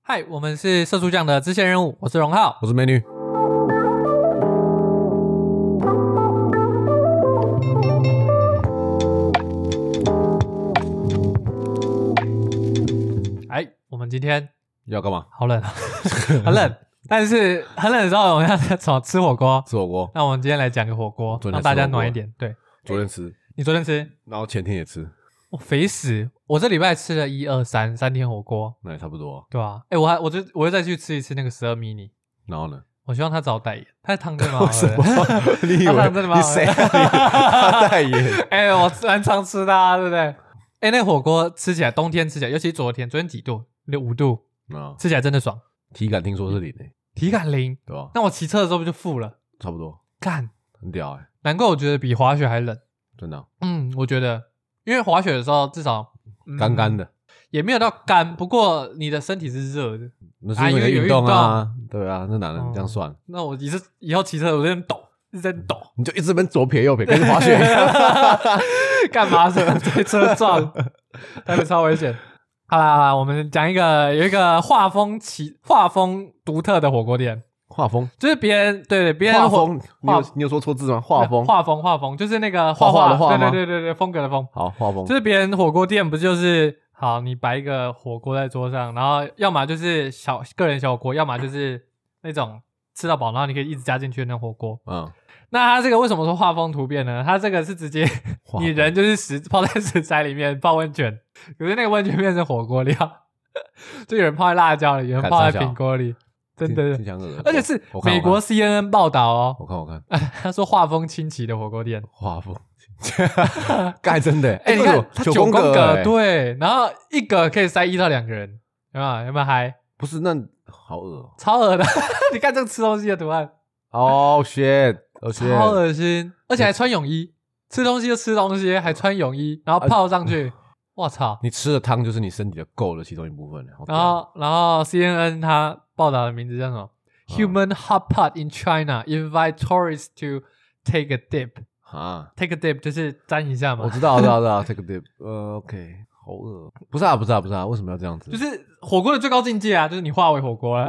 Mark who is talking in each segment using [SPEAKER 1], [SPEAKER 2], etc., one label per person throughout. [SPEAKER 1] 嗨，我们是社畜酱的支线任务，我是荣浩。
[SPEAKER 2] 我是美女。
[SPEAKER 1] 哎，我们今天
[SPEAKER 2] 要干嘛？
[SPEAKER 1] 好冷 啊，很冷，但是很冷的时候我们要什么吃火锅？
[SPEAKER 2] 吃火锅。
[SPEAKER 1] 那我们今天来讲个火锅，
[SPEAKER 2] 昨天
[SPEAKER 1] 让大家
[SPEAKER 2] 吃火锅
[SPEAKER 1] 暖一点。对
[SPEAKER 2] 昨天吃，
[SPEAKER 1] 你昨天吃，
[SPEAKER 2] 然后前天也吃，
[SPEAKER 1] 我肥死！我这礼拜吃了一二三三天火锅，
[SPEAKER 2] 那也差不多啊。
[SPEAKER 1] 对吧、啊？哎，我还我就我又再去吃一次那个十二 mini，
[SPEAKER 2] 然后 呢？
[SPEAKER 1] 我希望他早代言，他的汤 真的蛮好
[SPEAKER 2] 什
[SPEAKER 1] 喝
[SPEAKER 2] 么
[SPEAKER 1] 的。？
[SPEAKER 2] 你以
[SPEAKER 1] 他
[SPEAKER 2] 为
[SPEAKER 1] 上真的蛮
[SPEAKER 2] 你
[SPEAKER 1] 好喝的
[SPEAKER 2] 谁啊你？ 他 代言？
[SPEAKER 1] 哎、我蛮常吃的、啊，对不对？哎、那火锅吃起来，冬天吃起来，尤其昨天，昨天几度？六五度，
[SPEAKER 2] 啊，
[SPEAKER 1] 吃起来真的爽，
[SPEAKER 2] 体感听说是零诶，
[SPEAKER 1] 体感零。
[SPEAKER 2] 对吧？
[SPEAKER 1] 那我骑车的时候不就负了？
[SPEAKER 2] 差不多，
[SPEAKER 1] 干，
[SPEAKER 2] 很屌哎，
[SPEAKER 1] 难怪我觉得比滑雪还冷。
[SPEAKER 2] 真的啊，
[SPEAKER 1] 嗯，我觉得，因为滑雪的时候至少、嗯
[SPEAKER 2] 干干的。
[SPEAKER 1] 也没有到干，不过你的身体是热的。
[SPEAKER 2] 那是因为你的运动啊，对啊，那哪
[SPEAKER 1] 嗯
[SPEAKER 2] 能这样算？
[SPEAKER 1] 那我以后以后骑车我就在那边抖，一直在 抖，
[SPEAKER 2] 你就一直边左撇右撇，跟滑雪
[SPEAKER 1] 啊
[SPEAKER 2] 一样。
[SPEAKER 1] 干嘛是被车撞？台北超危险。好啦好啦，我们讲一个有一个画风奇、画风独特的火锅店，
[SPEAKER 2] 画风，
[SPEAKER 1] 就是别人对对别人
[SPEAKER 2] 画
[SPEAKER 1] 火
[SPEAKER 2] 风，你有你有说错字吗？画风，
[SPEAKER 1] 画风画风，就是那个画
[SPEAKER 2] 画画的画
[SPEAKER 1] 对
[SPEAKER 2] 吗
[SPEAKER 1] 对对对对，风格的风。
[SPEAKER 2] 好，画风
[SPEAKER 1] 就，是别人火锅店不就是好，你摆一个火锅在桌上，然后要么就是小个人小火锅，要么就是那种吃到饱，然后你可以一直加进去的那种火锅。
[SPEAKER 2] 嗯，
[SPEAKER 1] 那它这个为什么说画风突变呢？它这个是直接
[SPEAKER 2] 画
[SPEAKER 1] 你人就是食泡在食材里面泡温泉，可是那个温泉变成火锅料， 就有人泡在辣椒里，有人
[SPEAKER 2] 干
[SPEAKER 1] 泡在
[SPEAKER 2] 啥小
[SPEAKER 1] 苹果里，真的
[SPEAKER 2] 听，起来很恶心
[SPEAKER 1] 而且是
[SPEAKER 2] 我看
[SPEAKER 1] 美国，CNN 报道哦，
[SPEAKER 2] 我看我看我看
[SPEAKER 1] 他说画风清奇的火锅店。
[SPEAKER 2] 画 风，盖真的欸，
[SPEAKER 1] 哎、你
[SPEAKER 2] 这
[SPEAKER 1] 看
[SPEAKER 2] 种
[SPEAKER 1] 它
[SPEAKER 2] 九
[SPEAKER 1] 九宫
[SPEAKER 2] 格
[SPEAKER 1] 格，
[SPEAKER 2] 欸，
[SPEAKER 1] 对，然后一格可以塞一到两个人，有没有？有没有嗨？
[SPEAKER 2] 不是那好恶哦
[SPEAKER 1] 超恶的！ 你看这个吃东西的图案，
[SPEAKER 2] Oh shit！Oh
[SPEAKER 1] 超
[SPEAKER 2] shit！
[SPEAKER 1] 恶心，而且还穿泳衣，吃东西就吃东西，还穿泳衣，然后泡上 去，我操！
[SPEAKER 2] 你吃的汤就是你身体的垢的其中一部分。欸好屌
[SPEAKER 1] 然后，然后 CNN 它报道的名字叫什么
[SPEAKER 2] 嗯
[SPEAKER 1] ？Human hot pot in China invite tourists to take a dip.
[SPEAKER 2] 啊，
[SPEAKER 1] Take a dip 就是沾一下
[SPEAKER 2] 我
[SPEAKER 1] 嘛，
[SPEAKER 2] 知道，我知道，我知道。Take a dip。呃，OK，好恶。不是啊，不是啊，不是啊，为什么要这样子？
[SPEAKER 1] 就是火锅的最高境界啊，就是你化为火锅了，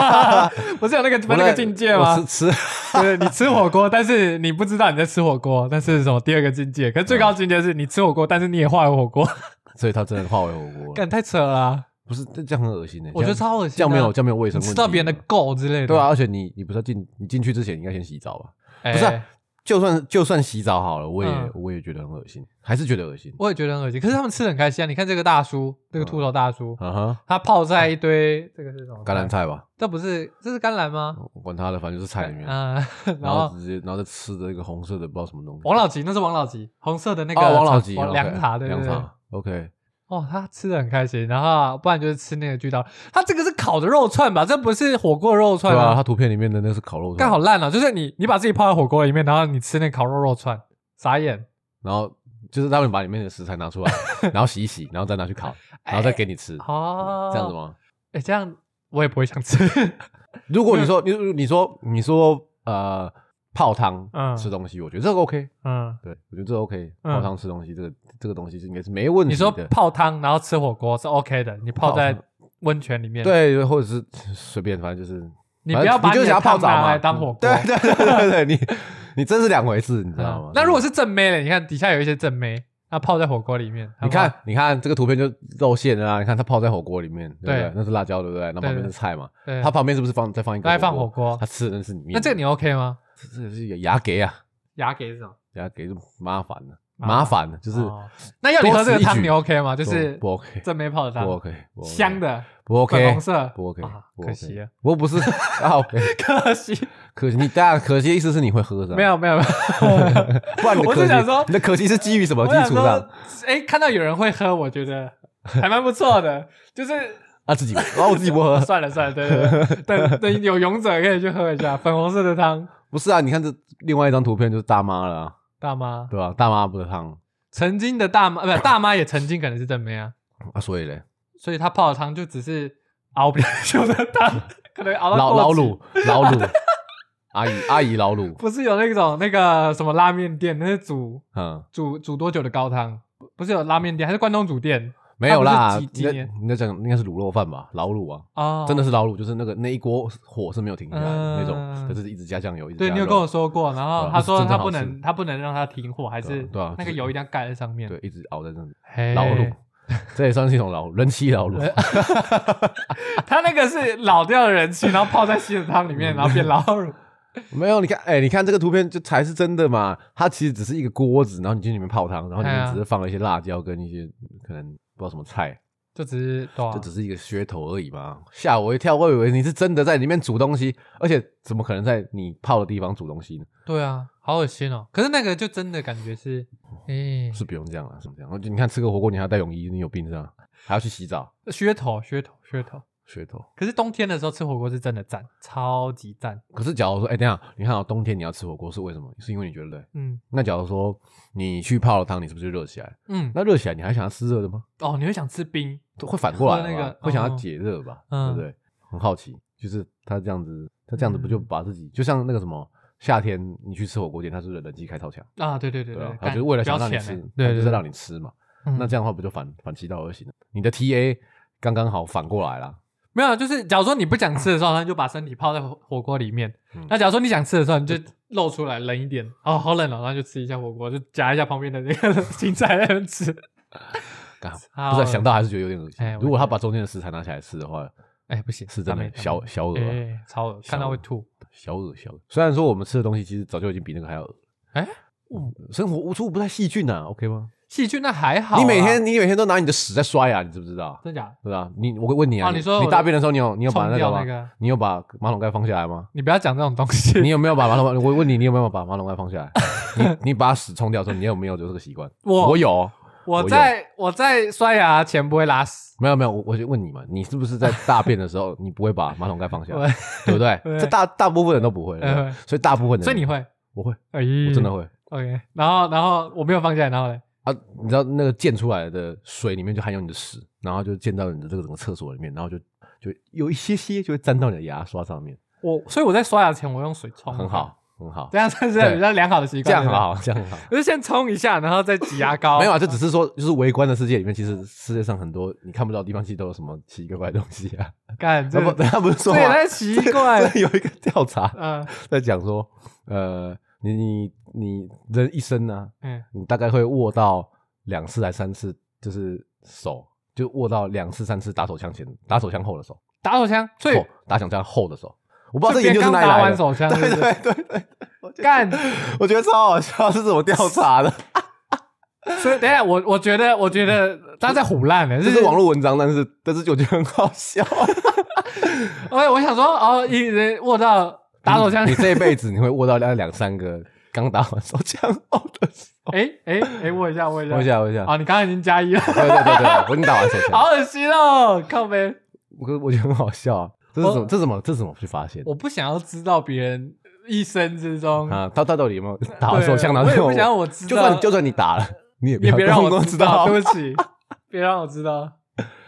[SPEAKER 1] 不是有那个
[SPEAKER 2] 我
[SPEAKER 1] 那个境界吗？
[SPEAKER 2] 我吃 吃，
[SPEAKER 1] 对，你吃火锅，但是你不知道你在吃火锅，那是什么第二个境界？可是最高境界是你吃火锅，但是你也化为火锅，
[SPEAKER 2] 所以它真的化为火锅了。
[SPEAKER 1] 干太扯了啊、
[SPEAKER 2] 不是，这这样很恶心的。欸
[SPEAKER 1] 我觉得超恶心的。
[SPEAKER 2] 这样没有，这样没有卫生
[SPEAKER 1] 你吃
[SPEAKER 2] 问题。
[SPEAKER 1] 到别人的垢之类的，
[SPEAKER 2] 对啊，而且你你不是要进你进去之前应该先洗澡吧？
[SPEAKER 1] 哎
[SPEAKER 2] 不是啊就算就算洗澡好了，我也
[SPEAKER 1] 嗯
[SPEAKER 2] 我也觉得很恶心，还是觉得恶心。
[SPEAKER 1] 我也觉得很恶心。可是他们吃的很开心啊！你看这个大叔，这个秃头大叔，
[SPEAKER 2] 啊哈，
[SPEAKER 1] 他泡在一堆这个是什么
[SPEAKER 2] 橄榄？菜吧，
[SPEAKER 1] 这不是这是甘蓝吗？
[SPEAKER 2] 我管它的，反正就是菜里面。
[SPEAKER 1] 嗯， 然
[SPEAKER 2] 然
[SPEAKER 1] 后
[SPEAKER 2] 后直接，然后再吃的一个红色的，不知道什么东西。
[SPEAKER 1] 王老吉那是王老吉，红色的那个
[SPEAKER 2] 哦，王老
[SPEAKER 1] 茶
[SPEAKER 2] 吉
[SPEAKER 1] 王
[SPEAKER 2] OK，
[SPEAKER 1] 凉茶对不
[SPEAKER 2] 凉
[SPEAKER 1] 对？
[SPEAKER 2] 茶，OK，
[SPEAKER 1] 哦，他吃的很开心，然后不然就是吃那个巨大，他这个是烤的肉串吧？这不是火锅肉
[SPEAKER 2] 对
[SPEAKER 1] 串
[SPEAKER 2] 啊，
[SPEAKER 1] 吗？
[SPEAKER 2] 它图片里面的那是烤肉串，
[SPEAKER 1] 干好烂了、就是你你把自己泡在火锅里面，然后你吃那烤肉肉串，傻眼。
[SPEAKER 2] 然后就是他们把里面的食材拿出 来，然后洗一洗，然后再拿去烤，然后再给你吃，
[SPEAKER 1] 哎哦，
[SPEAKER 2] 这样子？吗？
[SPEAKER 1] 哎、这样我也不会想吃。
[SPEAKER 2] 如果你说你你说你说呃泡汤
[SPEAKER 1] 嗯
[SPEAKER 2] 吃东西，我觉得这个 OK，
[SPEAKER 1] 嗯，
[SPEAKER 2] 对我觉得这个 OK，
[SPEAKER 1] 嗯
[SPEAKER 2] 泡汤吃东西这个这个东西是应该是没问
[SPEAKER 1] 你
[SPEAKER 2] 题
[SPEAKER 1] 说
[SPEAKER 2] 的，
[SPEAKER 1] 泡汤然后吃火锅是 OK 的，你泡在温泉里面，，
[SPEAKER 2] 对，或者是 随便，反正就是
[SPEAKER 1] 你不要把
[SPEAKER 2] 反正你就
[SPEAKER 1] 的
[SPEAKER 2] 想要泡
[SPEAKER 1] 汤
[SPEAKER 2] 澡
[SPEAKER 1] 拿
[SPEAKER 2] 嘛嗯
[SPEAKER 1] 来，当火锅。
[SPEAKER 2] 对对对对对，你你真是两回事，你知道
[SPEAKER 1] 嗯
[SPEAKER 2] 吗？
[SPEAKER 1] 那如果是正妹呢？你看底下有一些正妹，她泡在火锅里面，
[SPEAKER 2] 你
[SPEAKER 1] 好不好
[SPEAKER 2] 看，你看这个图片就露馅了啊！你看它泡在火锅里面，对不
[SPEAKER 1] 对
[SPEAKER 2] 对？那是辣椒，对不对？那旁
[SPEAKER 1] 对
[SPEAKER 2] 边是菜嘛，
[SPEAKER 1] 对
[SPEAKER 2] 它旁边是不是放再放一个？
[SPEAKER 1] 再放火锅
[SPEAKER 2] 它吃的那是里面的。
[SPEAKER 1] 那这个你 OK 吗？
[SPEAKER 2] 这个是有牙给啊，
[SPEAKER 1] 牙给是什么？
[SPEAKER 2] 牙给就麻烦了，
[SPEAKER 1] 麻
[SPEAKER 2] 麻烦了，就是
[SPEAKER 1] 哦那要你喝这个汤，你 OK 吗？就
[SPEAKER 2] 就是不 OK，
[SPEAKER 1] 正妹泡的
[SPEAKER 2] 不
[SPEAKER 1] 汤，
[SPEAKER 2] OK，不 OK，
[SPEAKER 1] 香的，
[SPEAKER 2] 不
[SPEAKER 1] 粉
[SPEAKER 2] OK，
[SPEAKER 1] 红色，
[SPEAKER 2] 不 OK，
[SPEAKER 1] 啊
[SPEAKER 2] 不
[SPEAKER 1] 可
[SPEAKER 2] OK
[SPEAKER 1] 惜了，
[SPEAKER 2] 不过不是 啊，OK，
[SPEAKER 1] 可惜，
[SPEAKER 2] 可惜你当然可惜的意思是你会喝是吧？
[SPEAKER 1] 没，有没有没有。
[SPEAKER 2] 不然你的
[SPEAKER 1] 我是
[SPEAKER 2] 可惜
[SPEAKER 1] 想说
[SPEAKER 2] 你的可惜是基于什么
[SPEAKER 1] 我
[SPEAKER 2] 哦基
[SPEAKER 1] 想
[SPEAKER 2] 础
[SPEAKER 1] 说
[SPEAKER 2] 上？，
[SPEAKER 1] 哎，看到有人会喝，我觉得还蛮不错的， 就是，
[SPEAKER 2] 啊，自己，然后我自己不喝
[SPEAKER 1] 算了算了，对对对，等等有勇者可以去喝一下粉红色的汤，
[SPEAKER 2] 不是啊？你看这另外一张图片就是大妈了啊，
[SPEAKER 1] 大妈，
[SPEAKER 2] 对吧？大妈不是汤
[SPEAKER 1] 曾经的大妈，呃不，大妈也曾经可能是正妹啊，
[SPEAKER 2] 啊，所以嘞。
[SPEAKER 1] 所以她泡的汤就只是熬 不了久的汤，可能熬到
[SPEAKER 2] 老
[SPEAKER 1] 过
[SPEAKER 2] 老
[SPEAKER 1] 期
[SPEAKER 2] 卤 老卤阿姨阿姨老卤，
[SPEAKER 1] 不是有那种那个什么拉面店，那是煮
[SPEAKER 2] 嗯，
[SPEAKER 1] 煮煮多久的高汤？不是有拉面店，还是关东煮店？
[SPEAKER 2] 没有啦
[SPEAKER 1] 它不是，几
[SPEAKER 2] 你在
[SPEAKER 1] 几年
[SPEAKER 2] 你在讲应该是卤肉饭吧，老卤啊，
[SPEAKER 1] 哦，
[SPEAKER 2] 真的是老卤，就是那个那一锅火是没有停下来的那种，
[SPEAKER 1] 嗯
[SPEAKER 2] 可是一直加酱油，一直
[SPEAKER 1] 对
[SPEAKER 2] 加
[SPEAKER 1] 你有
[SPEAKER 2] 肉
[SPEAKER 1] 跟我说过，然
[SPEAKER 2] 对
[SPEAKER 1] 后
[SPEAKER 2] 啊
[SPEAKER 1] 他
[SPEAKER 2] 是
[SPEAKER 1] 说
[SPEAKER 2] 真的
[SPEAKER 1] 他
[SPEAKER 2] 好
[SPEAKER 1] 不
[SPEAKER 2] 吃
[SPEAKER 1] 能他不能让它停火，还是
[SPEAKER 2] 对啊
[SPEAKER 1] 那个
[SPEAKER 2] 就是
[SPEAKER 1] 油一定要盖在上面。
[SPEAKER 2] 对，一直熬在那里，
[SPEAKER 1] 嘿
[SPEAKER 2] 老卤，这也算是一种老人妻 老卤，
[SPEAKER 1] 他那个是老掉的人气，然后泡在稀的汤里
[SPEAKER 2] 嗯
[SPEAKER 1] 面，然后变老卤。
[SPEAKER 2] 没有，你看，哎、你看这个图片就才是真的嘛。它其实只是一个锅子，然后你进里面泡汤，然后里
[SPEAKER 1] 哎
[SPEAKER 2] 面
[SPEAKER 1] 呀
[SPEAKER 2] 只是放了一些辣椒跟一些可能不知道什么菜，
[SPEAKER 1] 就只 是对啊
[SPEAKER 2] 这只是一个噱头而已嘛。吓我一跳，我以为你是真的在里面煮东西，而且怎么可能在你泡的地方煮东西呢？
[SPEAKER 1] 对啊，好恶心哦！可是那个就真的感觉是，哎、
[SPEAKER 2] 是不用这样啊，是不这样。就你看吃个火锅，你还要带泳衣，你有病是吧？还要去洗澡，
[SPEAKER 1] 噱头，噱头，噱头。
[SPEAKER 2] 噱头。
[SPEAKER 1] 可是冬天的时候吃火锅是真的赞，超级赞。
[SPEAKER 2] 可是假如说，哎、等一下，你看啊、冬天你要吃火锅是为什么？是因为你觉得冷。
[SPEAKER 1] 嗯
[SPEAKER 2] 那假如说你去泡了汤，你是不是就热起来？
[SPEAKER 1] 嗯，
[SPEAKER 2] 那热起来，你还想要吃热的吗？
[SPEAKER 1] 哦，你会想吃冰？
[SPEAKER 2] 都会反过
[SPEAKER 1] 喝
[SPEAKER 2] 来吧
[SPEAKER 1] 那个
[SPEAKER 2] 会想要
[SPEAKER 1] 哦
[SPEAKER 2] 解热吧，
[SPEAKER 1] 嗯
[SPEAKER 2] 对不对？很好奇，就是他这样子，他这样子不就
[SPEAKER 1] 嗯
[SPEAKER 2] 把自己、就像那个什么夏天你去吃火锅店，他是不是冷气开超强，
[SPEAKER 1] 啊，对对对
[SPEAKER 2] 对吧、他
[SPEAKER 1] 干
[SPEAKER 2] 就是为了
[SPEAKER 1] 不
[SPEAKER 2] 想
[SPEAKER 1] 要
[SPEAKER 2] 让你
[SPEAKER 1] 钱
[SPEAKER 2] 吃，
[SPEAKER 1] 欸
[SPEAKER 2] 他
[SPEAKER 1] 对
[SPEAKER 2] 就
[SPEAKER 1] 对
[SPEAKER 2] 是
[SPEAKER 1] 对，
[SPEAKER 2] 让你吃嘛。
[SPEAKER 1] 嗯
[SPEAKER 2] 那这样的话不就反反其道而行了？你的 TA 刚刚好反过来啦，
[SPEAKER 1] 没有，啊就是假如说你不想吃的时候，那你就把身体泡在火火锅里面
[SPEAKER 2] 嗯；
[SPEAKER 1] 那假如说你想吃的时候，你就露出来冷一点，哦，好冷哦，然后就吃一下火锅，就夹一下旁边的那个青菜在那边吃。
[SPEAKER 2] 刚
[SPEAKER 1] 不
[SPEAKER 2] 不是啊想到还是觉得有点恶心。
[SPEAKER 1] 哦哎我
[SPEAKER 2] 如果他
[SPEAKER 1] 觉得
[SPEAKER 2] 把中间的食材拿起来吃的话，
[SPEAKER 1] 哎，不行，
[SPEAKER 2] 是真
[SPEAKER 1] 他
[SPEAKER 2] 的
[SPEAKER 1] 没他没
[SPEAKER 2] 小小恶、
[SPEAKER 1] 哎、
[SPEAKER 2] 啊
[SPEAKER 1] 超恶，看到会吐。
[SPEAKER 2] 小恶小恶。虽然说我们吃的东西其实早就已经比那个还要恶，
[SPEAKER 1] 哎
[SPEAKER 2] 嗯，生活无处不在细菌啊，OK 吗？
[SPEAKER 1] 细菌那还好啊，
[SPEAKER 2] 你每天你每天都拿你的屎在刷牙，你知不知道？
[SPEAKER 1] 真假？
[SPEAKER 2] 对啊，你我问你啊，
[SPEAKER 1] 哦你说我
[SPEAKER 2] 你大便的时候，你有你有把
[SPEAKER 1] 冲
[SPEAKER 2] 那个
[SPEAKER 1] 掉
[SPEAKER 2] 吗？
[SPEAKER 1] 那个
[SPEAKER 2] 你有把马桶盖放下来吗？
[SPEAKER 1] 你不要讲这种东西。
[SPEAKER 2] 你有没有把马桶？我问你，你有没有把马桶盖放下来？ 你你把屎冲掉的时候，你有没有有这个习惯？
[SPEAKER 1] 我
[SPEAKER 2] 我有，
[SPEAKER 1] 我
[SPEAKER 2] 有
[SPEAKER 1] 在我在刷牙前不会拉屎，
[SPEAKER 2] 没有没有，我我就问你嘛，你是不是在大便的时候，你不会把马桶盖放下
[SPEAKER 1] 我
[SPEAKER 2] 来，对不对？
[SPEAKER 1] 对
[SPEAKER 2] 这大大部分人都不会，对不对
[SPEAKER 1] 嗯
[SPEAKER 2] 所以大部分人，
[SPEAKER 1] 所以你会，
[SPEAKER 2] 我会，
[SPEAKER 1] 哎，
[SPEAKER 2] 我真的会
[SPEAKER 1] OK。然后然后我没有放下来，然后嘞，
[SPEAKER 2] 啊！你知道那个溅出来的水里面就含有你的屎，然后就溅到你的这个整个厕所里面，然后就就有一些些就会沾到你的牙刷上面，
[SPEAKER 1] 我所以我在刷牙前我用水冲，
[SPEAKER 2] 很，好很好，
[SPEAKER 1] 这样算是
[SPEAKER 2] 对
[SPEAKER 1] 比较良好的啊习惯，
[SPEAKER 2] 这样
[SPEAKER 1] 对不
[SPEAKER 2] 很
[SPEAKER 1] 对。
[SPEAKER 2] 好，这样 很好。
[SPEAKER 1] 我就先冲一下，然后再挤牙膏。
[SPEAKER 2] 没有啊，这只是说，就是围观的世界里面，其实世界上很多你看不到的地方，其实都有什么奇奇怪怪的东西 啊。
[SPEAKER 1] 干这
[SPEAKER 2] 他不，他不是说
[SPEAKER 1] 这
[SPEAKER 2] 吗
[SPEAKER 1] 也太奇怪了。
[SPEAKER 2] 这 有一个调查
[SPEAKER 1] 嗯
[SPEAKER 2] 在讲说，呃，你你你人一生呢、
[SPEAKER 1] 嗯，
[SPEAKER 2] 你大概会握到两次还三次，就是手就握到两次三次打手枪前、打手枪后的手，
[SPEAKER 1] 打手枪，所以
[SPEAKER 2] 后打手枪后的手。我哦不知道这
[SPEAKER 1] 别
[SPEAKER 2] 研究是
[SPEAKER 1] 刚
[SPEAKER 2] 哪里
[SPEAKER 1] 打
[SPEAKER 2] 来
[SPEAKER 1] 完
[SPEAKER 2] 的，
[SPEAKER 1] 手 枪，
[SPEAKER 2] 对
[SPEAKER 1] 是不是
[SPEAKER 2] 对对对，
[SPEAKER 1] 干。
[SPEAKER 2] 我觉得超好笑，是怎么调查的？
[SPEAKER 1] 所以等一下，我我觉得，我觉得他在胡乱的，
[SPEAKER 2] 这是网。络文章，但是但是我觉得很好笑。
[SPEAKER 1] 哎，我想说，哦，一人握到 打手枪
[SPEAKER 2] 你，这一辈子你会握到大概两三个刚打完手枪后的手。
[SPEAKER 1] 哎哎哎，握一下，握一下，
[SPEAKER 2] 握一。下，握一下。
[SPEAKER 1] 啊，你刚刚已经加一了，
[SPEAKER 2] 对对对对，我已经打完手枪，
[SPEAKER 1] 好恶心哦，靠呗。
[SPEAKER 2] 我我觉得很好笑啊。这是怎么？
[SPEAKER 1] 我
[SPEAKER 2] 这是怎么？这是怎么去发现的
[SPEAKER 1] 我不想要知道别人一生之中
[SPEAKER 2] 啊？他他到底有没有打完手枪？
[SPEAKER 1] 对
[SPEAKER 2] 然后
[SPEAKER 1] 我也
[SPEAKER 2] 就
[SPEAKER 1] 不想让我知道
[SPEAKER 2] 就算就算你打了， 你也不
[SPEAKER 1] 也
[SPEAKER 2] 要
[SPEAKER 1] 别让
[SPEAKER 2] 让
[SPEAKER 1] 我
[SPEAKER 2] 知 道
[SPEAKER 1] 对，不起，别让我知道，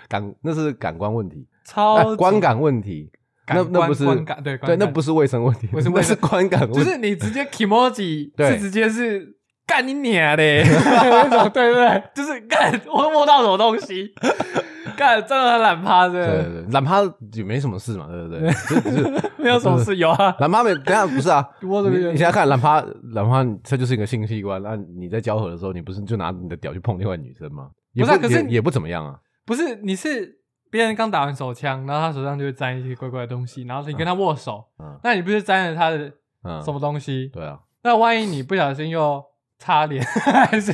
[SPEAKER 2] 感那是感官问题，哎
[SPEAKER 1] 超
[SPEAKER 2] 观感问题。
[SPEAKER 1] 感
[SPEAKER 2] 那那
[SPEAKER 1] 官
[SPEAKER 2] 不是
[SPEAKER 1] 观感对观
[SPEAKER 2] 对，那
[SPEAKER 1] 感
[SPEAKER 2] 不是卫生问题，
[SPEAKER 1] 不是
[SPEAKER 2] 那
[SPEAKER 1] 卫
[SPEAKER 2] 是
[SPEAKER 1] 生
[SPEAKER 2] 观感
[SPEAKER 1] 就
[SPEAKER 2] 问题。
[SPEAKER 1] 是你直接 emoji
[SPEAKER 2] 对
[SPEAKER 1] 是直接是干你 娘嘞，那种对不对？就是干我摸到什么东西， 干真的很懒趴
[SPEAKER 2] 对对
[SPEAKER 1] 着，
[SPEAKER 2] 对，懒趴也没什么事嘛，对不对？就只是
[SPEAKER 1] 没有什么事有啊。
[SPEAKER 2] 懒趴没，等一下不 是啊，
[SPEAKER 1] 我
[SPEAKER 2] 你
[SPEAKER 1] 怎么
[SPEAKER 2] 你现在看懒趴，懒趴它就是一个性器官。那你在交合的时候，你不是就拿你的屌去碰另外女生吗？也
[SPEAKER 1] 不是啊可是
[SPEAKER 2] 也
[SPEAKER 1] 你
[SPEAKER 2] 也不怎么样啊。
[SPEAKER 1] 不是你是别人刚打完手枪，然后他手上就会沾一些怪怪的东西，然后你跟他握手，
[SPEAKER 2] 嗯
[SPEAKER 1] 那你不是沾了他的
[SPEAKER 2] 嗯，
[SPEAKER 1] 什么东西？
[SPEAKER 2] 对啊，
[SPEAKER 1] 那万一你不小心又擦脸， 还是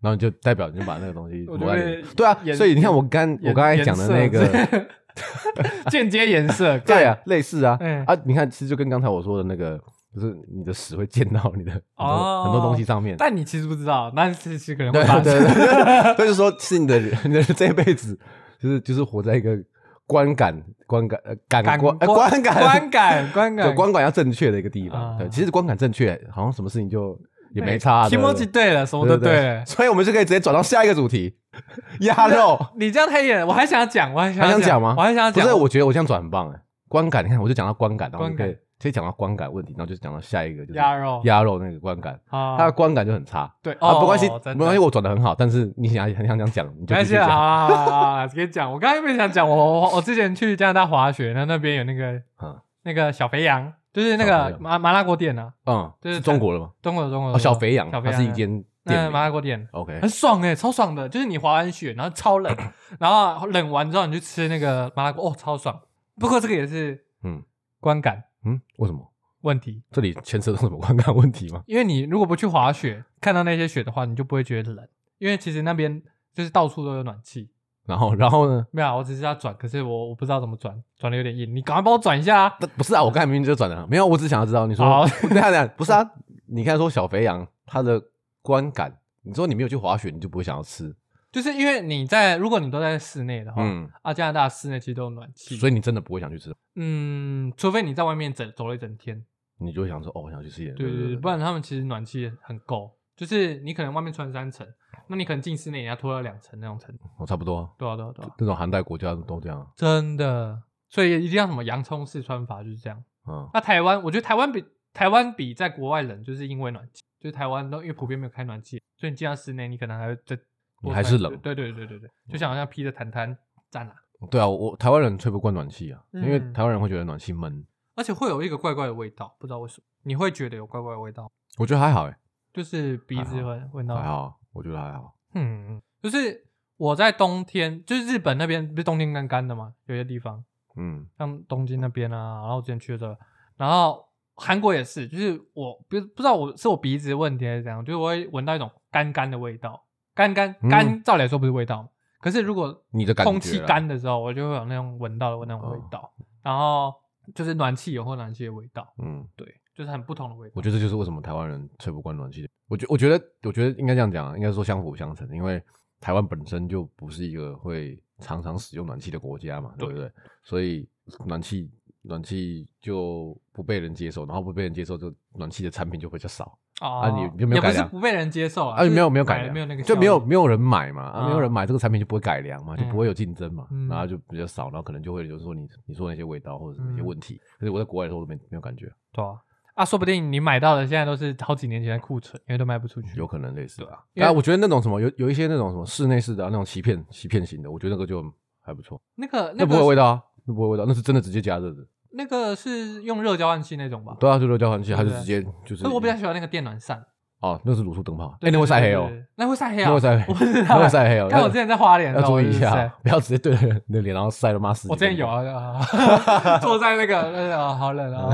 [SPEAKER 2] 然后你就代表你就把那个东西
[SPEAKER 1] 我
[SPEAKER 2] 抹在
[SPEAKER 1] 就会
[SPEAKER 2] 脸对啊，
[SPEAKER 1] 颜
[SPEAKER 2] 所以你看我刚我
[SPEAKER 1] 颜
[SPEAKER 2] 刚才讲的那
[SPEAKER 1] 颜
[SPEAKER 2] 个，
[SPEAKER 1] 色间接颜色，
[SPEAKER 2] 对啊，类似啊
[SPEAKER 1] 嗯
[SPEAKER 2] 啊，你看其实就跟刚才我说的那个，就是你的屎会溅到你的很多
[SPEAKER 1] 哦
[SPEAKER 2] 很多东西上面
[SPEAKER 1] 干。。但你其实不知道，那是是可能会
[SPEAKER 2] 对
[SPEAKER 1] 发
[SPEAKER 2] 对
[SPEAKER 1] 生。
[SPEAKER 2] 对， 所以就说是你的你的这辈子就是就是活在一个观感观感呃感
[SPEAKER 1] 感
[SPEAKER 2] 官呃
[SPEAKER 1] 官
[SPEAKER 2] 观感
[SPEAKER 1] 观感，观
[SPEAKER 2] 对，
[SPEAKER 1] 感，
[SPEAKER 2] 观感要正确的一个地方。
[SPEAKER 1] 啊
[SPEAKER 2] 对，其实观感正确，好像什么事情就也没差。啊
[SPEAKER 1] 题
[SPEAKER 2] 对
[SPEAKER 1] 目
[SPEAKER 2] 不
[SPEAKER 1] 记
[SPEAKER 2] 对
[SPEAKER 1] 对了，什么都
[SPEAKER 2] 对
[SPEAKER 1] 对。
[SPEAKER 2] 所以我们就可以直接转到下一个主题，鸭肉。
[SPEAKER 1] 你这样太远了，我还想要讲，我还想要
[SPEAKER 2] 还想讲吗？
[SPEAKER 1] 我还想要
[SPEAKER 2] 不
[SPEAKER 1] 讲，
[SPEAKER 2] 啊是，我觉得我这样转很棒哎。观感，你看，我就讲到观感，然后
[SPEAKER 1] 观
[SPEAKER 2] 你可以
[SPEAKER 1] 感。
[SPEAKER 2] 先讲到观感问题，然后就讲到下一个就是
[SPEAKER 1] 鸭肉
[SPEAKER 2] 鸭肉那个观感，
[SPEAKER 1] 啊
[SPEAKER 2] 它的观感就很差。
[SPEAKER 1] 对
[SPEAKER 2] 啊，
[SPEAKER 1] 哦
[SPEAKER 2] 不关系，
[SPEAKER 1] 真的
[SPEAKER 2] 没关系，我转的很好，但是你想很想讲讲，你
[SPEAKER 1] 没
[SPEAKER 2] 就
[SPEAKER 1] 关
[SPEAKER 2] 继续
[SPEAKER 1] 系啊，
[SPEAKER 2] 讲。
[SPEAKER 1] 好好好好跟你讲，我刚才没想讲，我我我之前去加拿大滑雪，那那边有那个
[SPEAKER 2] 嗯
[SPEAKER 1] 那个小肥羊，就是那
[SPEAKER 2] 小
[SPEAKER 1] 个
[SPEAKER 2] 肥羊
[SPEAKER 1] 麻麻辣锅店啊，
[SPEAKER 2] 嗯，
[SPEAKER 1] 就是
[SPEAKER 2] 是中国的吗？
[SPEAKER 1] 中国的中国
[SPEAKER 2] 哦，
[SPEAKER 1] 的
[SPEAKER 2] 小肥羊，
[SPEAKER 1] 小肥
[SPEAKER 2] 它
[SPEAKER 1] 羊
[SPEAKER 2] 是一间
[SPEAKER 1] 那
[SPEAKER 2] 店
[SPEAKER 1] 麻
[SPEAKER 2] 名。
[SPEAKER 1] 辣锅店
[SPEAKER 2] OK，
[SPEAKER 1] 很爽哎、超爽的，就是你滑完雪，然后超 冷，然后冷完之后你去吃那个麻辣锅，哦，超爽。不过这个也是
[SPEAKER 2] 嗯
[SPEAKER 1] 观感
[SPEAKER 2] 嗯，为什么
[SPEAKER 1] 问题，
[SPEAKER 2] 这里牵扯到什么观感问题吗？
[SPEAKER 1] 因为你如果不去滑雪，看到那些雪的话，你就不会觉得冷，因为其实那边就是到处都有暖气。
[SPEAKER 2] 然后，然后呢？
[SPEAKER 1] 没有啊，我只是要转，可是我我不知道怎么转，转的有点硬，你赶快帮我转一下啊！
[SPEAKER 2] 但不是啊，我刚才明明就转的，没有，我只想要知道你说
[SPEAKER 1] 好，
[SPEAKER 2] 对啊，对啊不是啊，你刚才说小肥羊它的观感，你说你没有去滑雪，你就不会想要吃，
[SPEAKER 1] 就是因为你在，如果你都在室内的话，
[SPEAKER 2] 嗯，
[SPEAKER 1] 啊，加拿大室内其实都有暖气，
[SPEAKER 2] 所
[SPEAKER 1] 以
[SPEAKER 2] 以你真的不会想去吃，
[SPEAKER 1] 嗯，除非你在外面整走了一整天，
[SPEAKER 2] 你就会想说，哦，我想去吃一点，
[SPEAKER 1] 对对对，不然他们其实暖气很够，就是你可能外面穿三层，那你可能进室内也要脱了两层那种层，
[SPEAKER 2] 我差不多啊，
[SPEAKER 1] 对啊对啊对啊，
[SPEAKER 2] 那种寒带国家都这样啊，
[SPEAKER 1] 真的，所以一定要什么洋葱式穿法就是这样。
[SPEAKER 2] 嗯，
[SPEAKER 1] 那台湾，我觉得台湾比台湾比在国外冷，就是因为暖气，就是台湾都因为普遍没有开暖气，所以你进到室内，你可能还会再
[SPEAKER 2] 你还是冷
[SPEAKER 1] 对对对对对，就像好像披着毯毯站啦，
[SPEAKER 2] 对啊，我台湾人吹不惯暖气啊，因为
[SPEAKER 1] 嗯
[SPEAKER 2] 台湾人会觉得暖气闷，
[SPEAKER 1] 而且会有一个怪怪的味道，不知道为什么，你会觉得有怪怪的味道，
[SPEAKER 2] 我觉得还好哎，
[SPEAKER 1] 就是鼻子会闻
[SPEAKER 2] 还
[SPEAKER 1] 到，
[SPEAKER 2] 好啊，我觉得还好，
[SPEAKER 1] 嗯，就是我在冬天，就是日本那边不是冬天干干的嘛，有些地方
[SPEAKER 2] 嗯，
[SPEAKER 1] 像东京那边啊，然后我之前去的，然后韩国也是，就是我不不知道我是我鼻子的问题还是怎样，就是我会闻到一种干干的味道，干干
[SPEAKER 2] 嗯
[SPEAKER 1] 干，照理来说不是味道，可是如果
[SPEAKER 2] 你的感觉哦啊
[SPEAKER 1] 空气干的时候，我就会有那种闻到的那种味道，然后就是暖气有或暖气的味道，
[SPEAKER 2] 嗯，
[SPEAKER 1] 对，就是很不同的味道
[SPEAKER 2] 我。觉得这就是为什么台湾人吹不惯暖气的。我觉我觉得我觉得应该这样讲啊，应该说相辅相成，因为台湾本身就不是一个会常常使用暖气的国家嘛，对不对？所以暖气暖气就不被人接受，然后不被人接受，就暖气的产品就会比较少
[SPEAKER 1] 哦
[SPEAKER 2] 啊你你有没有
[SPEAKER 1] 也不
[SPEAKER 2] 改
[SPEAKER 1] 是
[SPEAKER 2] 良
[SPEAKER 1] 不被人接受啊
[SPEAKER 2] 啊，没有没有改
[SPEAKER 1] 买了
[SPEAKER 2] 良，
[SPEAKER 1] 没有那个
[SPEAKER 2] 就没有
[SPEAKER 1] 效益
[SPEAKER 2] 没有人买嘛，啊
[SPEAKER 1] 嗯
[SPEAKER 2] 没有人买这个产品就不会改良嘛，就不会有竞争嘛，
[SPEAKER 1] 嗯
[SPEAKER 2] 然后就比较少，然后可能就会就是说你你说那些味道或者是那些
[SPEAKER 1] 嗯
[SPEAKER 2] 问题，可是我在国外的时候我都没没有感觉，
[SPEAKER 1] 对啊啊，说不定你买到的现在都是好几年前的库存，因为都卖不出去。
[SPEAKER 2] 有可能类似吧。
[SPEAKER 1] 因为
[SPEAKER 2] 啊，我觉得那种什么有有一些那种什么室内式的、啊、那种欺骗欺骗型的，我觉得那个就还不错，
[SPEAKER 1] 那个
[SPEAKER 2] 那
[SPEAKER 1] 那
[SPEAKER 2] 不会有
[SPEAKER 1] 个
[SPEAKER 2] 味道啊，那不会有味道，那是真的直接加热的。
[SPEAKER 1] 那个是用热交换器那种吧？
[SPEAKER 2] 对啊，就热交换器，它就
[SPEAKER 1] 对
[SPEAKER 2] 直接就是
[SPEAKER 1] 所以我比较喜欢那个电暖扇。
[SPEAKER 2] 哦，那是卤素灯泡，
[SPEAKER 1] 对
[SPEAKER 2] 哎，那会晒黑，哦
[SPEAKER 1] 对，对对那会晒黑啊，
[SPEAKER 2] 那会晒黑
[SPEAKER 1] 我不知道，啊
[SPEAKER 2] 那会。晒黑 哦，
[SPEAKER 1] 看我
[SPEAKER 2] 要
[SPEAKER 1] 之前在花莲的
[SPEAKER 2] 要
[SPEAKER 1] 时候，
[SPEAKER 2] 注意一
[SPEAKER 1] 我就是
[SPEAKER 2] 下哦
[SPEAKER 1] 晒，
[SPEAKER 2] 不要直接对着你的脸，然后晒了妈死。
[SPEAKER 1] 我之前有，啊，啊 坐在那个那个哦好冷啊，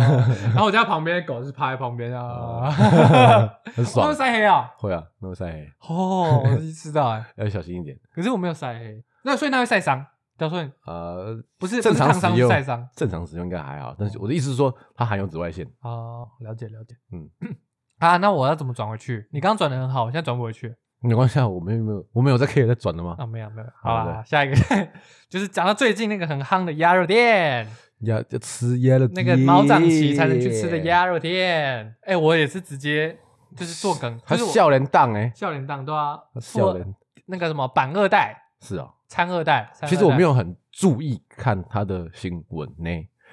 [SPEAKER 1] 然后我家旁边的狗是趴在旁边啊，
[SPEAKER 2] 哦很
[SPEAKER 1] 那
[SPEAKER 2] 爽
[SPEAKER 1] 会，晒黑啊，
[SPEAKER 2] 会啊，那会晒黑，
[SPEAKER 1] 哦，我第一次知道哎，
[SPEAKER 2] 要小心一点。
[SPEAKER 1] 可是我没有晒黑，那所以那会晒伤，叫说你
[SPEAKER 2] 呃，
[SPEAKER 1] 不是
[SPEAKER 2] 正常
[SPEAKER 1] 不是烫伤
[SPEAKER 2] 使用
[SPEAKER 1] 是晒伤，
[SPEAKER 2] 正常使用应该还好，但是我的意思是说，它含有紫外线，
[SPEAKER 1] 哦，了解了解，
[SPEAKER 2] 嗯
[SPEAKER 1] 啊，那我要怎么转回去？你刚转的很好，我现在转不回去
[SPEAKER 2] 没关系啊，我们有没有我们有在 K 在转的吗？
[SPEAKER 1] 啊，没有没有，好
[SPEAKER 2] 好的
[SPEAKER 1] 啦，下一个 就是讲到最近那个很夯的鸭肉店。
[SPEAKER 2] 要要吃鸭了，
[SPEAKER 1] 那个毛长齐才能去吃的，鸭肉店。哎、我也是直接就是做梗，
[SPEAKER 2] 他
[SPEAKER 1] 就是我
[SPEAKER 2] 笑脸档哎，
[SPEAKER 1] 笑脸档对啊，
[SPEAKER 2] 他笑脸
[SPEAKER 1] 那个什么板二代、
[SPEAKER 2] 是啊、
[SPEAKER 1] 参二代。三
[SPEAKER 2] 其实
[SPEAKER 1] 二
[SPEAKER 2] 我
[SPEAKER 1] 代
[SPEAKER 2] 没有很注意看他的新闻呢，